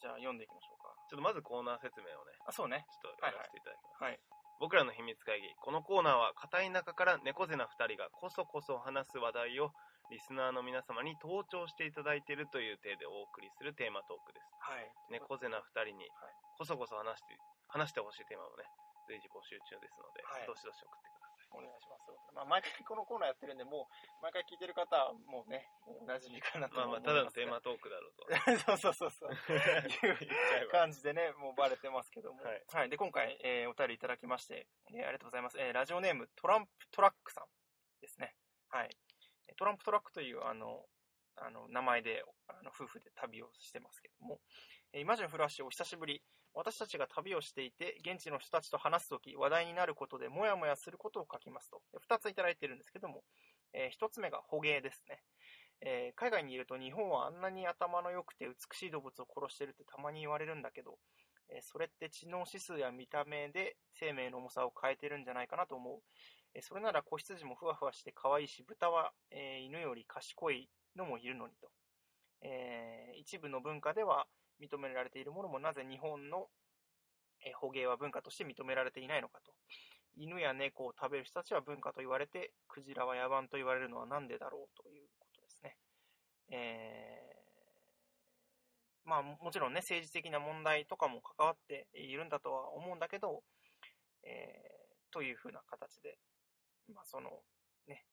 S1: じゃあ読んでいきましょうか。
S2: ちょっとまずコーナー説明をね、
S1: あ、そうね。
S2: ちょっとやらせていただきます。
S1: はい。
S2: 僕らの秘密会議。このコーナーは、固い中から猫背な二人がこそこそ話す話題を、リスナーの皆様に登聴していただいているという体でお送りするテーマトークです。
S1: はい。
S2: 猫背な二人に
S1: はい
S2: こそこそ話して話してほしいテーマもね随時募集中ですので、
S1: はい
S2: どしどし送ってください
S1: お願いします。まあ、毎回このコーナーやってるんで、もう、毎回聞いてる方は、もうね、もうお馴染みかなと
S2: まあ
S1: 思
S2: ま
S1: い
S2: あ
S1: ます
S2: ただのテーマトークだろうと
S1: そうそうそうそう。いう感じでね、もうバレてますけども。
S2: はい
S1: で、今回、えーお便りいただきまして、えーありがとうございます。えーラジオネーム、トランプトラックさんですね。はい。トランプトラックという、あの、あの、名前で、あの、夫婦で旅をしてますけども。えー、イマジンフラッシュお久しぶり。私たちが旅をしていて、現地の人たちと話すとき、話題になることで、もやもやすることを書きますと。2ついただいてるんですけども、えー、1つ目が捕鯨ですね、えー海外にいると日本はあんなに頭の良くて美しい動物を殺してるってたまに言われるんだけど、えーそれって知能指数や見た目で生命の重さを変えてるんじゃないかなと思う、えーそれなら子羊もふわふわして可愛いし豚は、えー犬より賢いのもいるのにと、えー一部の文化では認められているものもなぜ日本の、えー捕鯨は文化として認められていないのかと犬や猫を食べる人たちは文化と言われて、クジラは野蛮と言われるのはなんでだろうということですね。えー、まあもちろんね、政治的な問題とかも関わっているんだとは思うんだけど、えー、というふうな形で、まあその、ね、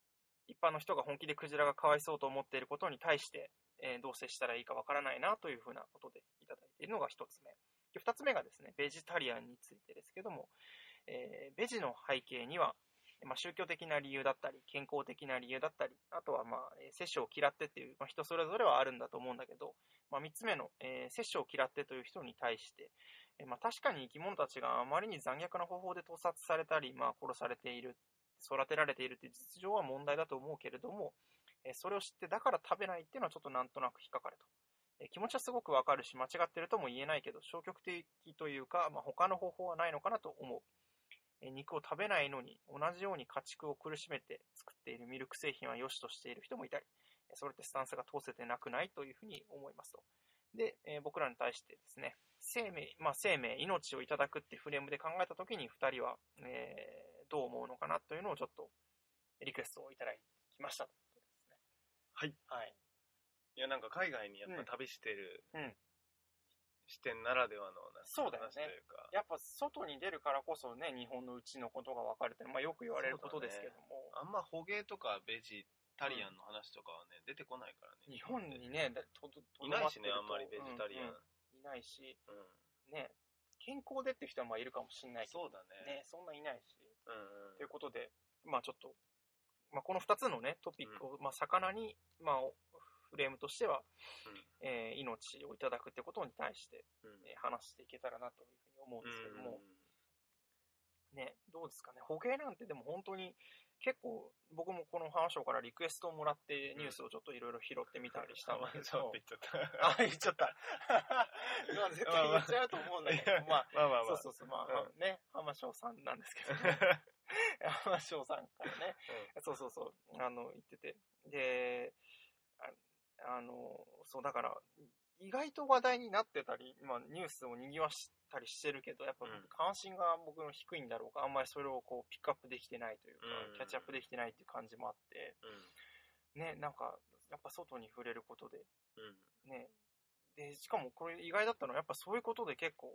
S1: 一般の人が本気でクジラがかわいそうと思っていることに対して、えーどう接したらいいかわからないなというふうなことでいただいているのが一つ目。で二つ目がですね、ベジタリアンについてですけども、えーベジの背景には、まあ、宗教的な理由だったり、健康的な理由だったり、あとは、まあ、えー摂取を嫌ってっていう、まあ、人それぞれはあるんだと思うんだけど、まあ、3つ目の、えー摂取を嫌ってという人に対して、えーまあ、確かに生き物たちがあまりに残虐な方法で盗撮されたり、まあ、殺されている、育てられているという実情は問題だと思うけれども、えーそれを知ってだから食べないっていうのはちょっとなんとなく引っかかると。えー気持ちはすごくわかるし、間違ってるとも言えないけど、消極的というか、まあ、他の方法はないのかなと思う。えー肉を食べないのに同じように家畜を苦しめて作っているミルク製品は良しとしている人もいたり、えーそれってスタンスが通せてなくないというふうに思いますと。で、えー僕らに対してですね、生命、まあ、生命、命をいただくってフレームで考えたときに2人は、えーどう思うのかなというのをちょっとリクエストをいただきましたということですね。はい。はい。
S2: いや、なんか海外にやっぱ旅してる、
S1: うん
S2: 視点ならではのなんか
S1: そうだよね
S2: 話というか、
S1: やっぱ外に出るからこそね、日本のうちのことが分かるって、まあよく言われることですけども。
S2: あんま捕鯨とかベジタリアンの話とかはね、出てこないからね。
S1: 日本にね、だととと
S2: い
S1: ど
S2: ない
S1: まって
S2: し
S1: る
S2: ね、
S1: と
S2: あんまりベジタリアン。
S1: うんうんいないし、
S2: うん
S1: ね、健康でって人はまあいるかもしれないけど、
S2: そうだね。
S1: ね、そんないないし。
S2: うんうん
S1: ということで、まあちょっと、まあ、この2つのね、トピックを、まあ、魚に、まあ、おフレームとしては、えー命をいただくってことに対して、
S2: うん
S1: えー話していけたらなというふうに思うんですけども、
S2: うん
S1: ね、どうですかね、捕鯨なんてでも本当に結構僕もこの話をからリクエストをもらってニュースをちょっといろいろ拾ってみたりしたんだけ
S2: ちょっと、
S1: ど
S2: 言っちゃった。
S1: あ、言っちゃった。 まあ絶対言っちゃうと思うんだけど、まあ、
S2: まあまあま
S1: そ
S2: あ
S1: う。そうそう、まあ、
S2: う
S1: ね、浜翔さんなんですけど、
S2: う
S1: 浜翔さんからね、そうそうそう、あの、言ってて。で、ああの、そう、だから、意外と話題になってたり、まあ、ニュースを賑わしたりしてるけど、やっぱ
S2: うん
S1: 関心が僕の低いんだろうか、あんまりそれをこう、ピックアップできてないというか
S2: う、ん
S1: キャッチアップできてないっていう感じもあって、ね、なんか、やっぱ外に触れることで、
S2: んうん
S1: ね。で、しかもこれ意外だったのは、やっぱそういうことで結構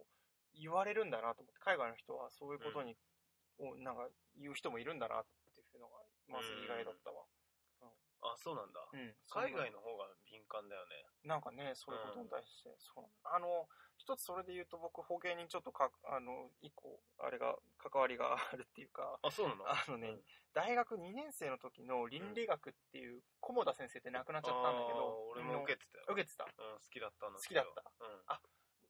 S1: 言われるんだなと思って、海外の人はそういうことに、をなんか言う人もいるんだなっていうのが、まず意外だったわ。
S2: あ、そうなんだ。
S1: うん。
S2: 海外
S1: の
S2: の方が敏感だよね。
S1: なんかね、そういうことに対して、そうあの、一つそれで言うと僕、保険にちょっとか、あの、一個、あれが、関わりがあるっていうか、
S2: あ、そうなの
S1: あのね、大学2年生の時の倫理学っていう、菰田先生って亡くなっちゃったんだけ
S2: あー
S1: ど、
S2: 俺も受けてたよ。
S1: 受けてた。
S2: うん、好きだったの。
S1: 好きだった。
S2: うん。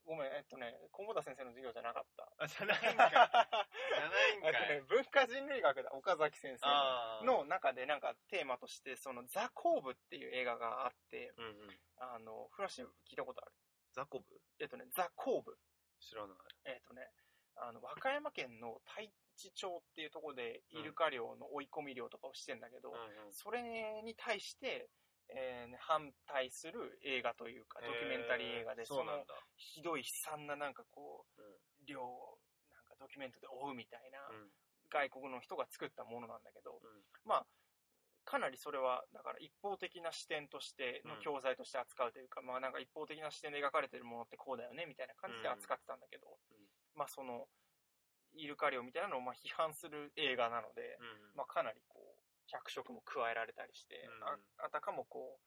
S1: ごめん、えっとね、菰田先生の授業じゃなかった。
S2: あ、じゃないんかい。じゃ ないん
S1: あ
S2: か
S1: とね
S2: い。、
S1: 文化人類学だ、岡崎先生
S2: あー、
S1: の中でなんかテーマとして、そのザ・コーブっていう映画があって、
S2: うんうん。
S1: あの、フラッシュ聞いたことある。
S2: ザコブ
S1: えっとね、ザ・コーブ。
S2: 知らない。
S1: えっとね、あの、和歌山県の太地町っていうところでイルカ漁の追い込み漁とかをしてんだけど、
S2: うんうん
S1: それに対して、えーね反対する映画というか、ドキュメンタリー映画で、
S2: えー
S1: そ
S2: そうな
S1: の
S2: んだ。
S1: ひどい悲惨ななんかこう、
S2: うん
S1: 量をなんかドキュメントで追うみたいな、
S2: うん
S1: 外国の人が作ったものなんだけど、
S2: うん
S1: まあ、かなりそれは、だから一方的な視点としての
S2: うん
S1: 教材として扱うというか、まあなんか一方的な視点で描かれてるものってこうだよね、みたいな感じで扱ってたんだけど、
S2: うん
S1: まあその、イルカ漁みたいなのをまあ批判する映画なので、
S2: うん
S1: まあかなりこう、脚色も加えられたりして、
S2: うん
S1: ああたかもこ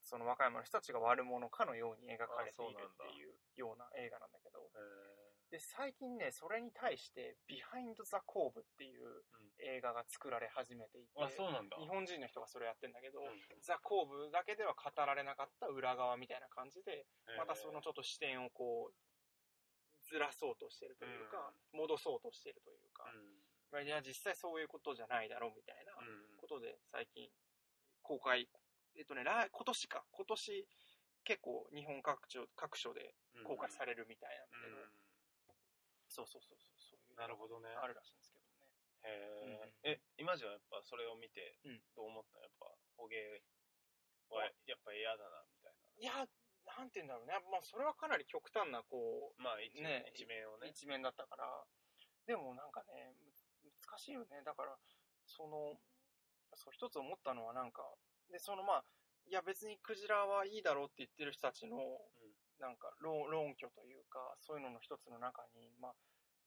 S1: う、その和歌山の人たちが悪者かのように描かれてい
S2: あそ
S1: る
S2: うなんだ
S1: っていうような映画なんだけど、
S2: え
S1: で、最近ね、それに対して、ビハインド・ザ・コーブっていう映画が作られ始めていて、
S2: ーあ、そうなんだ。
S1: 日本人の人がそれやってんだけど、
S2: うん
S1: ザ・コーブだけでは語られなかった裏側みたいな感じで、またそのちょっと視点をこう、ずらそうとしてるというか、戻そうとしてるというか、
S2: うん
S1: いや、実際そういうことじゃないだろうみたいな
S2: うん
S1: ことで最近公開、えっとね、来今年か、今年結構日本各地各所で公開されるみたいなんだけど、そうそうそうそう、そういう
S2: なるほどね。
S1: あるらしいんですけどね。
S2: へえ、え、今じゃやっぱそれを見て
S1: うん、
S2: どう思ったのやっぱ、捕鯨はやっぱ嫌だな、みたい
S1: いや、なんて言うんだろうね、まあ、それはかなり極端な、こう、
S2: な。まあ、一面
S1: ね
S2: 一面をね。
S1: 一面だったから、でもなんかね、む難しいよね。だから、その、そう一つ思ったのはなんか、で、そのまあ、いや別にクジラはいいだろうって言ってる人たちの、なんか論、論拠というか、そういうのの一つの中に、まあ、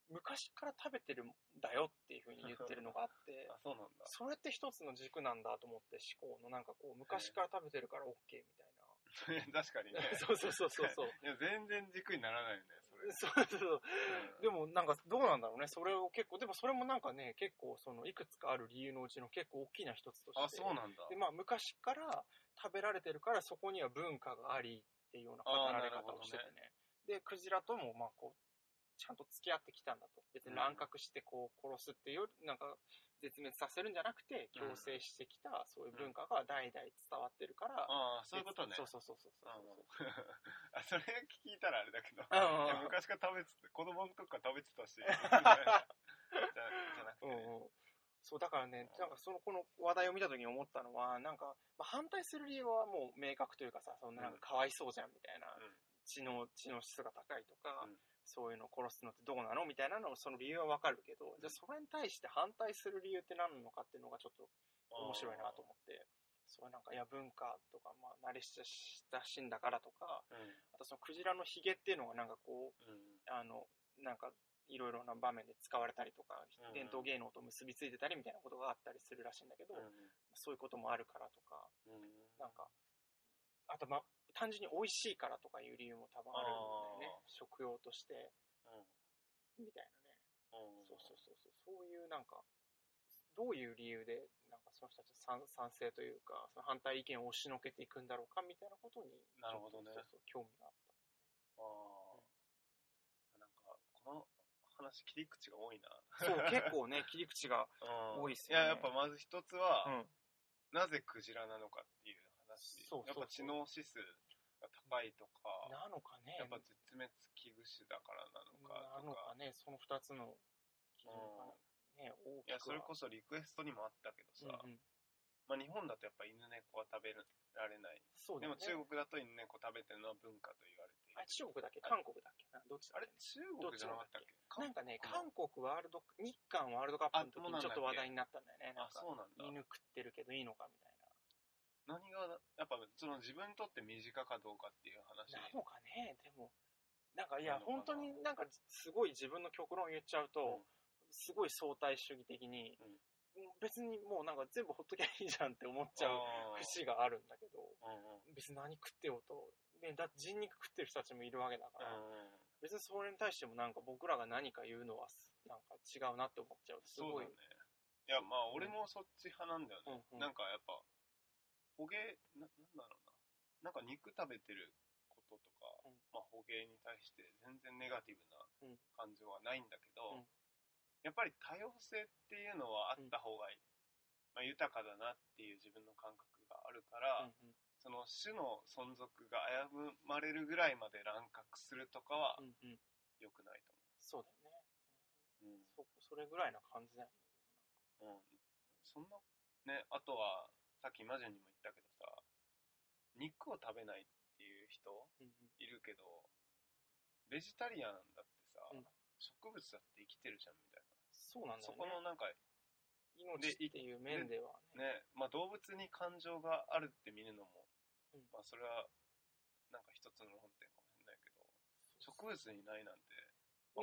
S1: 昔から食べてるんだよっていうふうに言ってるのがあ って、
S2: あ、そうなんだ。
S1: それって一つの軸なんだと思って思考のなんかこう、昔から食べてるから OK みたい
S2: 確かにね
S1: な。。 そうそうそうそうそう。
S2: いや、全然軸にならないよね、それ。
S1: そうそうそう。
S2: うん
S1: でもなんかどうなんだろうね、それを結構、でもそれもなんかね、結構そのいくつかある理由のうちの結構大きな一つとして。
S2: あ、そうなんだ。
S1: で、まあ昔から食べられてるからそこには文化がありっていうような語られ方をしててね。で、クジラともまあこう、ちゃんと付き合ってきたんだと。別に乱獲してこう殺すっていうより、なんか絶滅させるんじゃなくて、強制してきたそういう文化が代々伝わってるから。
S2: ああ、そういうことね。
S1: そうそうそうそうそう
S2: あ
S1: そう。
S2: あそれ聞いたらあれだけど、
S1: うんうんうん
S2: いや昔から食べてて子供の時から食べてたし じゃじゃなくて
S1: うん
S2: ね、
S1: うん、そうだからね、なんかそのこの話題を見た時に思ったのは、なんか、まあ、反対する理由はもう明確というかさ、そんななんかかわいそうじゃんみたいな、
S2: うん
S1: 知能、知能指数が高いとか、
S2: うん
S1: そういうのを殺すのってどうなのみたいなの、その理由はわかるけど、じゃあそれに対して反対する理由って何なのかっていうのがちょっと面白いなと思って、そうなんか、いや、文化とか、まあ、慣れ親しんだからとか、
S2: うん
S1: あとそのクジラのヒゲっていうのがなんかこ
S2: う
S1: う、
S2: ん
S1: あの、なんか、いろいろな場面で使われたりとか
S2: うんうん、
S1: 伝統芸能と結びついてたりみたいなことがあったりするらしいんだけど、そういうこともあるからとか、
S2: うん
S1: なんか、あと、ま、単純に美味しいからとかいう理由も多分あるんだよね
S2: あ。
S1: 食用として、
S2: うん
S1: みたいなね。
S2: うん
S1: そうそうそうそう。そういうなんか、どういう理由で、なんかその人たちの賛賛成というか、その反対意見を押しのけていくんだろうかみたいなことに、
S2: なるほどね
S1: そうそう、興味があった。
S2: あーなんかこの話切り口が多いな
S1: そう、結構ね、切り口が、
S2: うん
S1: 多いっすよ
S2: いやや
S1: ね
S2: っぱまず一つは、
S1: うん
S2: なぜクジラなのかっていう話
S1: そう
S2: やっ
S1: そうそう
S2: ぱ知能指数が高いとか
S1: なのかね。
S2: やっぱ絶滅危惧種だからなのか
S1: な
S2: と
S1: の
S2: か
S1: かね、その2つの基準がね、大
S2: い
S1: きく
S2: や、それこそ
S1: そ
S2: リクエストにもあったけどさ、
S1: うんうん
S2: まあ日本だとやっぱ犬猫は食べられない。
S1: そう
S2: で
S1: だ
S2: も
S1: よね、
S2: 中国だと犬猫食べてるのは文化と言われている
S1: あ。中国だっけ韓国だっけなどっち
S2: あ
S1: だ
S2: れ
S1: っけ
S2: 中国じゃなかったっけ
S1: なんかね、
S2: 韓
S1: 韓国ワールド、日韓ワールドカップの
S2: あ
S1: 時に
S2: そう
S1: ちょ
S2: な
S1: っ
S2: んだっけ
S1: と話題になったんだよね。
S2: あ、
S1: なんか
S2: そうなんだ。
S1: 犬食ってるけどいいのかみたい
S2: 何が、やっぱその自分にとって身近かどうかっていう話。
S1: な。なのかね、でも、なんかい
S2: な
S1: や、
S2: のかな
S1: 本当になんかすごい自分の極論言っちゃうと、すごい相対主義的に、別にもうなんか全部ほっときゃいいじゃんって思っちゃ
S2: あ
S1: う
S2: ー
S1: 節があるんだけど。
S2: うんうん
S1: 別に何食ってようと、ね、だって人肉食ってる人たちもいるわけだから、
S2: うん
S1: 別にそれに対してもなんか僕らが何か言うのはすなんか違うなって思っちゃう。す
S2: そう
S1: ごい。
S2: だね。いや、まあ俺もそっち派なんだよね。
S1: うんうん
S2: なんかやっぱ、捕鯨、な、なんだろうな。なんか肉食べてることとか、
S1: うん
S2: まあ捕鯨に対して全然ネガティブ
S1: う
S2: なん感情はないんだけど、
S1: うん
S2: やっぱり多様性っていうのはあった方がいい。まあ豊かだなっていう自分の感覚があるから、
S1: うんうん
S2: その種の存続が危ぶまれるぐらいまで乱獲するとかは
S1: うんうん
S2: 良くないと
S1: そうだよね。
S2: 思う。うん
S1: そ、それぐらいな感じだよね。
S2: うん。そんな、ね、あとは、さっきマジュンにも言ったけどさ、肉を食べないっていう人
S1: うん
S2: いるけど、ベジタリアンだってさ、
S1: うん
S2: 植物だって生きてるじゃんみたい
S1: そうなん
S2: な。そ
S1: だ
S2: こ
S1: よ
S2: のな
S1: ね。
S2: んか
S1: 命っていう面では
S2: ね、
S1: ね。
S2: まあ動物に感情があるって見るのも、
S1: うん
S2: まあそれは、なんか一つの論点かもしれないけど、植物にないなんて、
S1: ね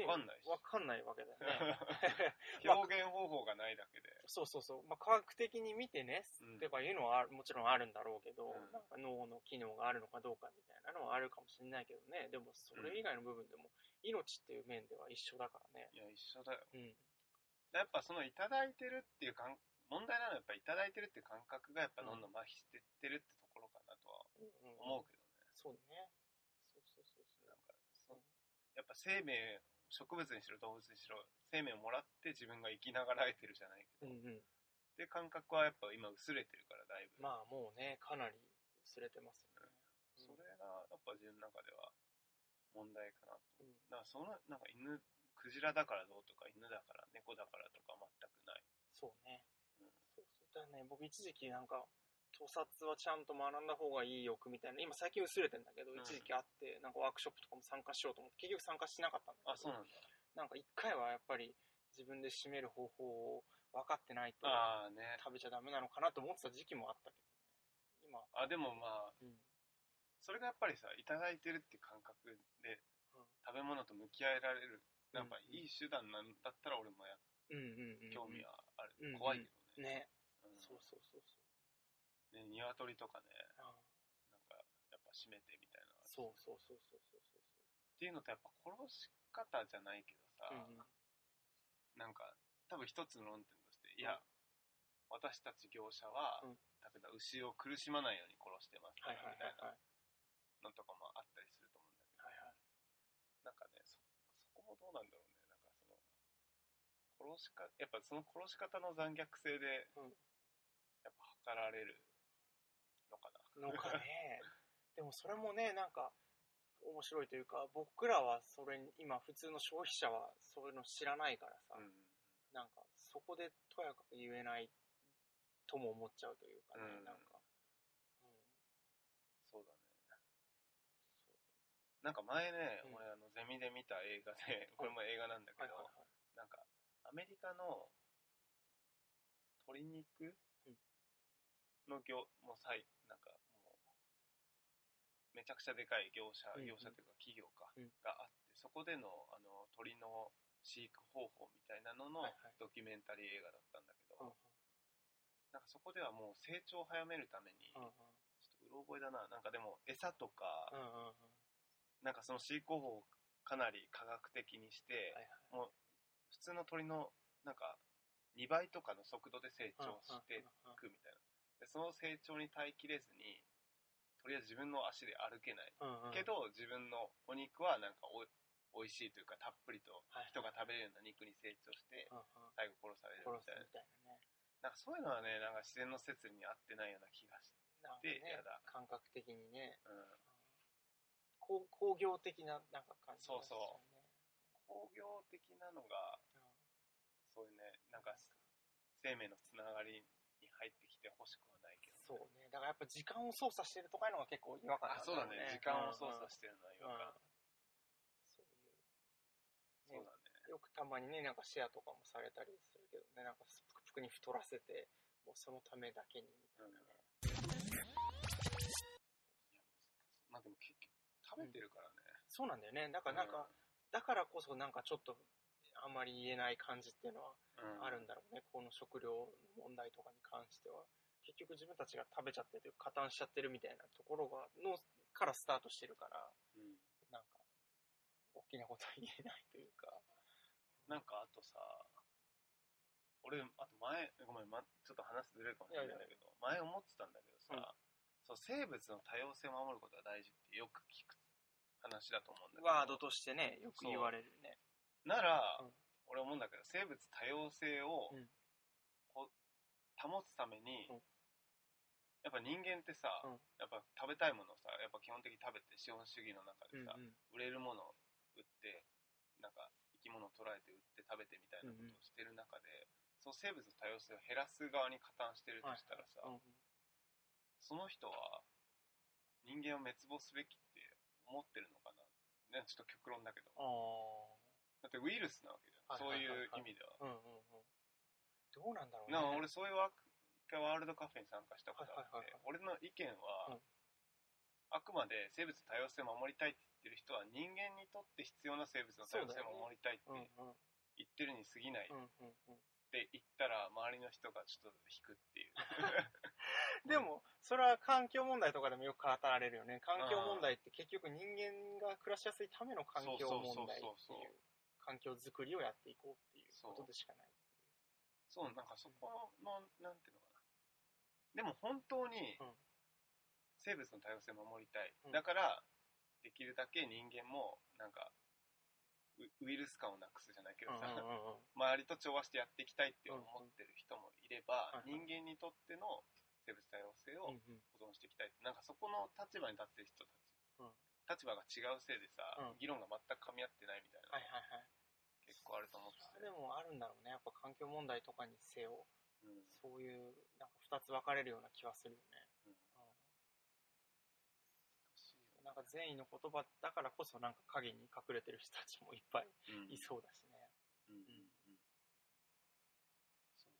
S2: わかんないし。
S1: わかんないわけだ よね。
S2: 表現方法がないだけで。
S1: そうそうそう。まあ、科学的に見てね、
S2: うん
S1: とかいうのはあもちろんあるんだろうけど、
S2: うん
S1: なんか脳の機能があるのかどうかみたいなのはあるかもしれないけどね。でも、それ以外の部分でも、命っていう面では一緒だからね。
S2: いや、一緒だよ。
S1: うん。
S2: やっぱそのいただいてるっていう感問題なのはやっぱいただいてるっていう感覚がやっぱどんどん麻痺してってるってところかなとは
S1: うんうん
S2: 思うけどね。
S1: そうだね。そうそうそうそ
S2: なん
S1: う。
S2: かそやっぱ生命、植物にしろ動物にしろ生命をもらって自分が生きながらえてるじゃないけど、
S1: うんうん。
S2: っていう感覚はやっぱ今薄れてるからだいいぶ。
S1: まあもうね、かなり薄れてますよね。
S2: それが、やっぱ自分の中では問題かなと。
S1: うん
S2: だからその、なんか犬、クジラだからどうとか、犬だから、猫だからとか全くない。
S1: そうね。
S2: うん
S1: そうそう。だからね、僕一時期なんか、盗撮はちゃんと学んだ方がいい欲みたいな、今最近薄れてんだけど、
S2: うん
S1: 一時期あって、なんかワークショップとかも参加しようと思って、結局参加しなかったんだけど、
S2: あ、そうなんだ。
S1: なんか一回はやっぱり自分で締める方法を分かってないと
S2: ああね。
S1: 食べちゃダメなのかなと思ってた時期もあったけど、今、
S2: あ、でもまあ、
S1: うん、
S2: それがやっぱりさ、いただいてるって感覚で
S1: うん、
S2: 食べ物と向き合えられる。
S1: うん
S2: なんかいい手段なんだったら俺もや、
S1: うんうんうん。
S2: 興味はある。
S1: うん
S2: 怖いけどね。
S1: ね。
S2: うん
S1: そうそうそうそう。
S2: ね、鶏とかね、
S1: あ
S2: なんか、やっぱ締めてみたいな。っ
S1: そうそうそうそうそうそう
S2: ていうのとやっぱ殺し方じゃないけどさ、
S1: そう。うんうん
S2: なんか、多分一つの論点として、いうや
S1: ん、
S2: 私たち業者は、
S1: うん
S2: だけど牛を苦しまないように殺してますか
S1: はい
S2: ら、
S1: は
S2: み
S1: いは
S2: たい
S1: いはい。
S2: なのとかもあったりすると思うんだけど、
S1: はいはい
S2: なんかね、そ、そこもどうなんだろうね。なんかその、殺しか、やっぱその殺し方の残虐性で、
S1: うん
S2: やっぱ測られるのかな。
S1: のかね でもそれもねなんか面白いというか僕らはそれに今普通の消費者はそういうの知らないからさ、
S2: うん。
S1: なんかそこでとやかく言えないとも思っちゃうというかね、
S2: うん
S1: なんか、うん、
S2: そうだね。なんか前ね、
S1: うん
S2: 俺あの、ゼミで見た映画で、 これも映画なんだけ
S1: はい
S2: ど、
S1: はい
S2: なんか、アメリカの鶏肉
S1: うん
S2: の業、もうさい、なんかもう、めちゃくちゃでかい業者、
S1: うんうん
S2: 業者というか企業か、
S1: うん
S2: があって、そこでの、あの、鳥の飼育方法みたいなのの
S1: はいはい
S2: ドキュメンタリー映画だったんだけど、
S1: はい
S2: なんかそこではもう成長を早めるために、
S1: うんうん
S2: ちょっとうろ覚えだな、なんかでも餌とか、
S1: うんうんうんうん
S2: なんかその飼育方法をかなり科学的にして、
S1: はい
S2: 普通の鳥のなんか2倍とかの速度で成
S1: はい
S2: 長してい
S1: うんうん
S2: くみたいなでその成長に耐えきれずにとりあえず自分の足で歩けない
S1: うんうん
S2: けど、自分のお肉はなんかおおいしいというかたっぷりと
S1: はい
S2: 人が食べれるような肉に成長して
S1: うんうん
S2: 最後殺されるみ
S1: 殺す
S2: たいな
S1: みたいなね
S2: なんかそういうのはねなんか自然の説に合ってないような気がして、
S1: なんか
S2: で
S1: ね
S2: やだ
S1: 感覚的にね
S2: うん、
S1: 工工業的ななんか感じがしち
S2: そ
S1: ゃ
S2: う
S1: ね
S2: 工業的なのが
S1: うん
S2: そういうねなんか生命のつながりに入ってきてほしくはないけどね、
S1: そうね。だからやっぱ時間を操作してるとかいうのが結構違和感
S2: あそうだね時間を操作し
S1: し
S2: てるのは違
S1: る
S2: 和感そ
S1: そういうう、ね
S2: だね。
S1: よくたまにね、なんかシェアとかもされたりするけどね、なんかぷくぷくに太らせて、もうそのためだけにみたいなね。
S2: いや、難しい。まあでも結局、食べてるからね。
S1: そうなんだよね。だからなんか、だからこそなんかちょっと、あんまり言えない感じっていうのは
S2: うん、
S1: あるんだろうね。この食料の問題とかに関しては。結局自分たちが食べちゃってて、加担しちゃってるみたいなところが、の、からスタートしてるから。
S2: うん
S1: なんか、大きなことは言えないというか。
S2: なんかあとさ、俺、あと前、ごめん、ま、ちょっと話ずれるかもしれないんだけど、前思ってたんだけどさ、
S1: う
S2: そう、
S1: ん
S2: 生物の多様性を守ることが大事ってよく聞く話だと思うんだけど、
S1: ワードとしてね、よく言われるね。
S2: なら、
S1: うん
S2: 俺思うんだけど、生物多様性を、
S1: うん
S2: ほ保つために、
S1: うん
S2: やっぱ人間ってさ、
S1: うん
S2: やっぱ食べたいものをさ、やっぱ基本的に食べて、資本主義の中でさ、
S1: うん
S2: 売れるものを売ってなんか生き物を捉えて売って食べてみたいなことをしてる中で、その生物の多様性を減らす側に加担してるとしたらさ、
S1: うん
S2: その人は人間を滅亡すべきって思ってるのかな、ね、ちょっと極論だけど
S1: ああ
S2: だってウイルスなわけじゃん、
S1: はいはいはいはい
S2: そういう意味では、
S1: ー。うんうんうん。どうなんだろうね。
S2: なんか俺そういうワーク一回ワールドカフェに参加したことあって、
S1: はいはいはいはい
S2: 俺の意見は、
S1: うん
S2: あくまで生物多様性を守りたいって言ってる人は人間にとって必要な生物の多様性を守りたいって
S1: うんうん
S2: 言ってるに過ぎない
S1: うんうんうん
S2: って言ったら周りの人がちょっと引くっていう
S1: でも、それは環境問題とかでもよく語られるよね。環境問題って結局人間が暮らしやすいための環境問題ってい
S2: そうそうそうそう
S1: う、環境づくりをやっていこうっていうことでしかない。
S2: そうなんかそこのなんていうのかなでも本当に
S1: うん
S2: 生物の多様性を守りたい、
S1: うん
S2: だからできるだけ人間もなんかウウイルス感をなくすじゃないけどさ、
S1: うんうんうんうん
S2: 周りと調和してやっていきたいって思ってる人もいれば、
S1: うんうんはいはい
S2: 人間にとっての生物多様性を
S1: うんうん
S2: 保存していきたいってなんかそこの立場に立ってる人たち、
S1: うん
S2: 立場が違うせいでさ、
S1: う
S2: 議
S1: ん
S2: 論が全く噛み合ってないみたい
S1: はいは
S2: な、
S1: いはい
S2: 結構あると思って
S1: そ
S2: て
S1: れでもあるんだろうねやっぱ環境問題とかにせよ
S2: うん
S1: そういうなんか2つ分かれるような気はするよ
S2: う
S1: ね
S2: ん
S1: なんか善意の言葉だからこそなんか影に隠れてる人たちもいっぱい
S2: うん
S1: いそうだしね
S2: うんうんうんそう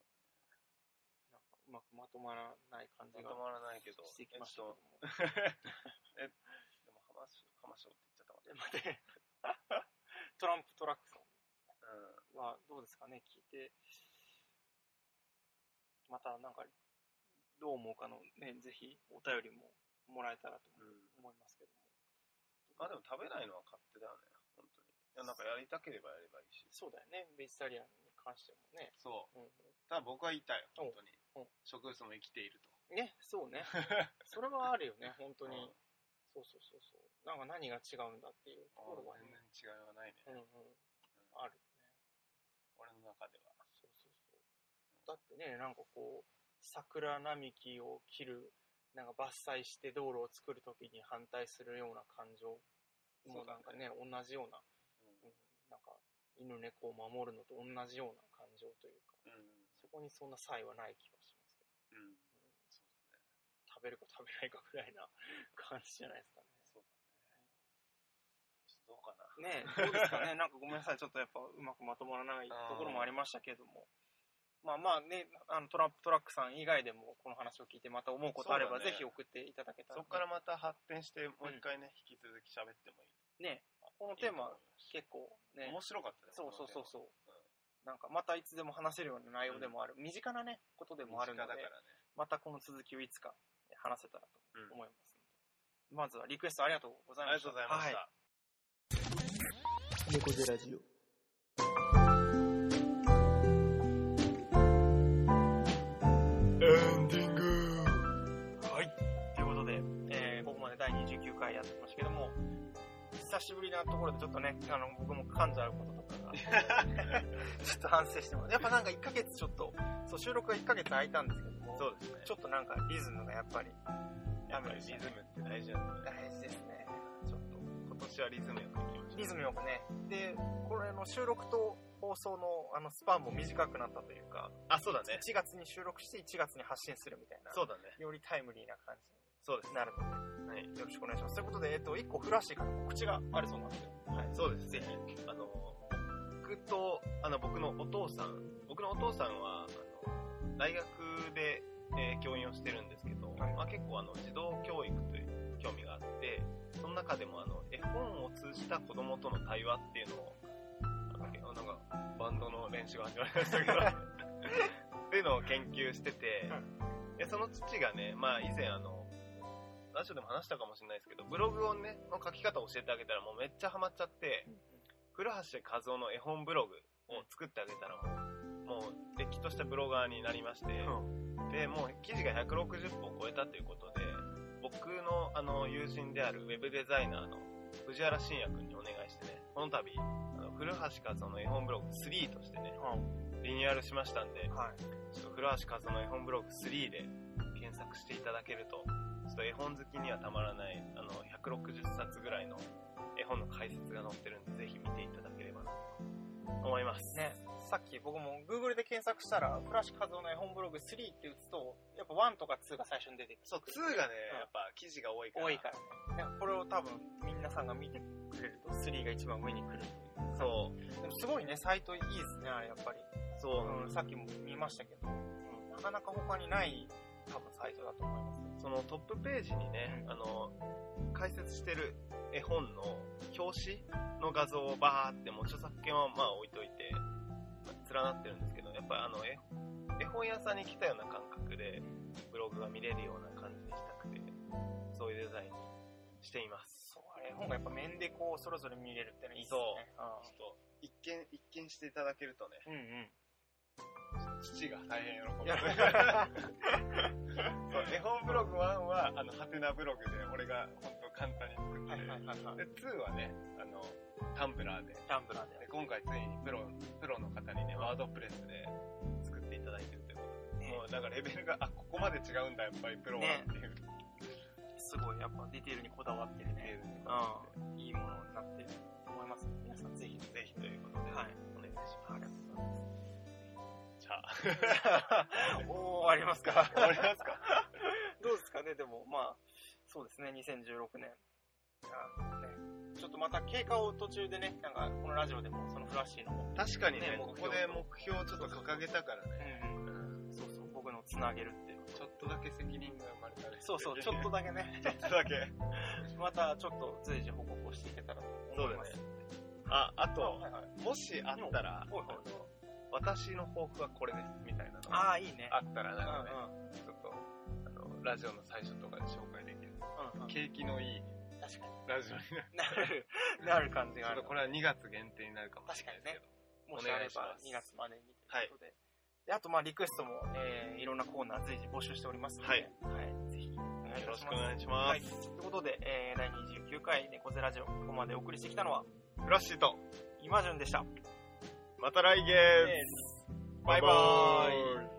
S2: だ
S1: なんかうまくまとまらない感じ
S2: ま
S1: が
S2: とまらないけど、
S1: してきましたけども
S2: えっとでも浜松、浜松って言っちゃったわね。
S1: え待ってトランプトラックさん
S2: うん。
S1: はどうですかね聞いてまたなんかどう思うかのねぜひお便りももらえたらと思
S2: うん
S1: 思いますけども、
S2: まあでも食べないのは勝手だよね、本当に。いや、なんかやりたければやればいいし。
S1: そうだよねベジタリアンに関してもね、
S2: そうう。ただ僕は言いたい、本当に
S1: おお。
S2: 植物も生きていると。
S1: ん、ねそう ねそれはあるよね本当に、
S2: うん
S1: そうそうそうそうなんか何が違うんだっていうところは
S2: 全
S1: ね
S2: 然違いはないね。
S1: うんうん
S2: うん
S1: あるよね
S2: 俺の中では。
S1: そうそうそう。だってね、なんかこう、桜並木を切る、なんか伐採して道路を作るときに反対するような感情も
S2: そうだ
S1: な
S2: ね
S1: んかね、同じような、
S2: う
S1: うんん。なんか犬猫を守るのと同じような感情というか、
S2: うん。
S1: そこにそんな差異はない気がしますけど、
S2: うん。
S1: 食べるか食べないかぐらいな感じじゃないですかね。
S2: そうだね。ちょっとどうかな。
S1: ねえ、どうですかね、なんかごめんなさい、ちょっとやっぱうまくまとまらないところもありましたけれども、まあまあね、あのトランプトラックさん以外でもこの話を聞いて、また思うことあれば、
S2: そうだね
S1: ぜひ送っていただけたら、
S2: そこからまた発展して、もう一回ね、引き続き喋ってもいい。
S1: ね、このテーマ
S2: いいと思います
S1: 結構ね、
S2: 面白かったね。。
S1: そうそうそうそうう、なんかまたいつでも話せるような内容でもある、身近なね、ことで
S2: で
S1: もあるの
S2: だか
S1: で
S2: ら、ね。
S1: またこの続きをいつか話せたら
S2: う
S1: と
S2: ん。
S1: 思いますので、まずはリクエストありがとうござい
S2: あり
S1: ま
S2: が
S1: した。
S2: とうございました。
S1: は
S3: 猫背ラジオエンディング
S1: はい。ということで、えーここまで第29回やってましたけども、久しぶりなところでちょっとね、あの、僕も噛んじゃうこととかが、 ちょっと反省してます。やっぱなんか1ヶ月ちょっと、そう、収録が1ヶ月空いたんですけども、
S2: そうですね。
S1: ちょっとなんかリズムがやっぱり、
S2: やっぱりリズムって大事なんだね。
S1: 大事ですね。ちょっ
S2: 今年はリズムやっていきましょ
S1: と、
S2: う。
S1: リズムよくね。で、これの収録と放送のあのスパンも短くなったというか、
S2: あ、そうだね。
S1: 1月に収録して1月に発信するみたいな、
S2: そうだね。
S1: よりタイムリーな感じに
S2: そうですね。
S1: なるので、
S2: はい。
S1: よろしくお願いします。ということで、えっと、一個フラッシーから告知があるそうなんですよ。はい。
S2: そうです。ぜひ、あの、僕と、あの、僕のお父さん、僕のお父さんは、あの、大学で、えー教員をしてるんですけど、
S1: はい
S2: まあ、結構あの、児童教育という興味があって、その中でもあの、絵本を通じた子供との対話っていうのを、なんだっけなんか、バンドの練習が始まりま したけど、っていうのを研究してて、
S1: はい
S2: でその父がね、まあ以前あの、ラジオでも話したかもしれないですけど、ブログをね、の書き方を教えてあげたらもうめっちゃハマっちゃって、古橋和夫の絵本ブログを作ってあげたらもう、もう、れっきとしたブロガーになりまして、で、もう記事が160本超えたということで、僕のあの友人であるウェブデザイナーの藤原信也君にお願いしてね、この度、あの古橋和夫の絵本ブログ3としてね、リニューアルしましたんで、
S1: はい。
S2: ちょっと古橋和夫の絵本ブログ3で検索していただけると、ちょっと絵本好きにはたまらない、あの、160冊ぐらいの絵本の解説が載ってるんで、ぜひ見ていただければなと思います。
S1: ね、さっき僕も Google で検索したら、フラッシュ画像の絵本ブログ3って打つと、やっぱ1とか2が最初に出てくる。
S2: そう、2がね、
S1: うん
S2: やっぱ記事が多いから。
S1: 多いからね。なんかこれを多分、皆さんが見てくれると、3が一番上に来る。
S2: そう、
S1: でもすごいね、サイトいいですね、あれやっぱり。
S2: そう、
S1: うん、さっきも見ましたけど、なかなか他にない、多分サイトだと思います。
S2: そのトップページにね、あの、解説してる絵本の表紙の画像をバーって、もう著作権はまあ置いといて、連なってるんですけど、やっぱりあの絵、絵本屋さんに来たような感覚で、ブログが見れるような感じにしたくて、そういうデザインにしています。
S1: そう、あれ、絵本がやっぱ面でこう、それぞれ見れるってのはいいですね。
S2: ちょっと、一見、一見していただけるとね、
S1: うん。うんうん。
S2: 父が大変喜ぶ
S1: いや
S2: そう絵本ブログ1は、あの、ハテナブログで俺が本当簡単に作って、
S1: はいはいはいはい。
S2: で、2はね、あの、タンブラーで、
S1: ランブラーでや
S2: で今回ついにプロ、プロの方にね、ワードプレスで作っていただいてるということ
S1: るね。
S2: もうだからレベルがあここまで違うんだやっぱりプロは
S1: ね
S2: っていう
S1: すごいやっぱディテールにこだわってる
S2: レ
S1: ね、
S2: ベルに
S1: うん、いいものになってると思います皆さんぜひぜ
S2: ぜひということで
S1: ひはい
S2: お願いし
S1: ありがとうござい
S2: ますじゃあ
S1: ますおおありますか
S2: 終わりますか
S1: どうですかねでもまあそうですね2016年あ、ね、ちょっとまた経過を途中でねなんかこのラジオでもそのフラッシーのも、
S2: 確かにね
S1: ね
S2: ここで目標をちょっと掲げたからね
S1: うん
S2: うん
S1: そうそう僕のつなげるっていう
S2: ちょっとだけ責任が生まれたね
S1: そ うそうちょっとだけ ね
S2: ちょっとだけ
S1: またちょっと随時報告をしていけたらと思います
S2: そああと、
S1: はいはい
S2: もしあったら、
S1: うんはいはい
S2: あの私の抱負はこれですみたいなのが
S1: ああいいね
S2: あったら
S1: うん
S2: なんかね、ちょっとあのラジオの最初とかで紹介できる
S1: うんうんうん
S2: 景気のいい
S1: 確か
S2: ラジオになる
S1: になる なる感じがあ
S2: ちょっと
S1: る
S2: これは2月限定になるかもしれないですけど、
S1: もしあれ
S2: お願いしま
S1: ば
S2: す
S1: 2月までにということで。であと、まあ、リクエストも、えー、いろんなコーナー随時募集しておりますので、
S2: はい
S1: はいぜひお願いい
S2: よ
S1: た
S2: ろ
S1: し
S2: し
S1: ま
S2: く
S1: す。
S2: お願いします、
S1: はい。ということで、えー、第29回猫背ラジオ、ここまでお送りしてきたのは、
S2: フラッシュと
S1: イマジュンでした。
S2: また来月、
S1: バイバーイ
S2: イ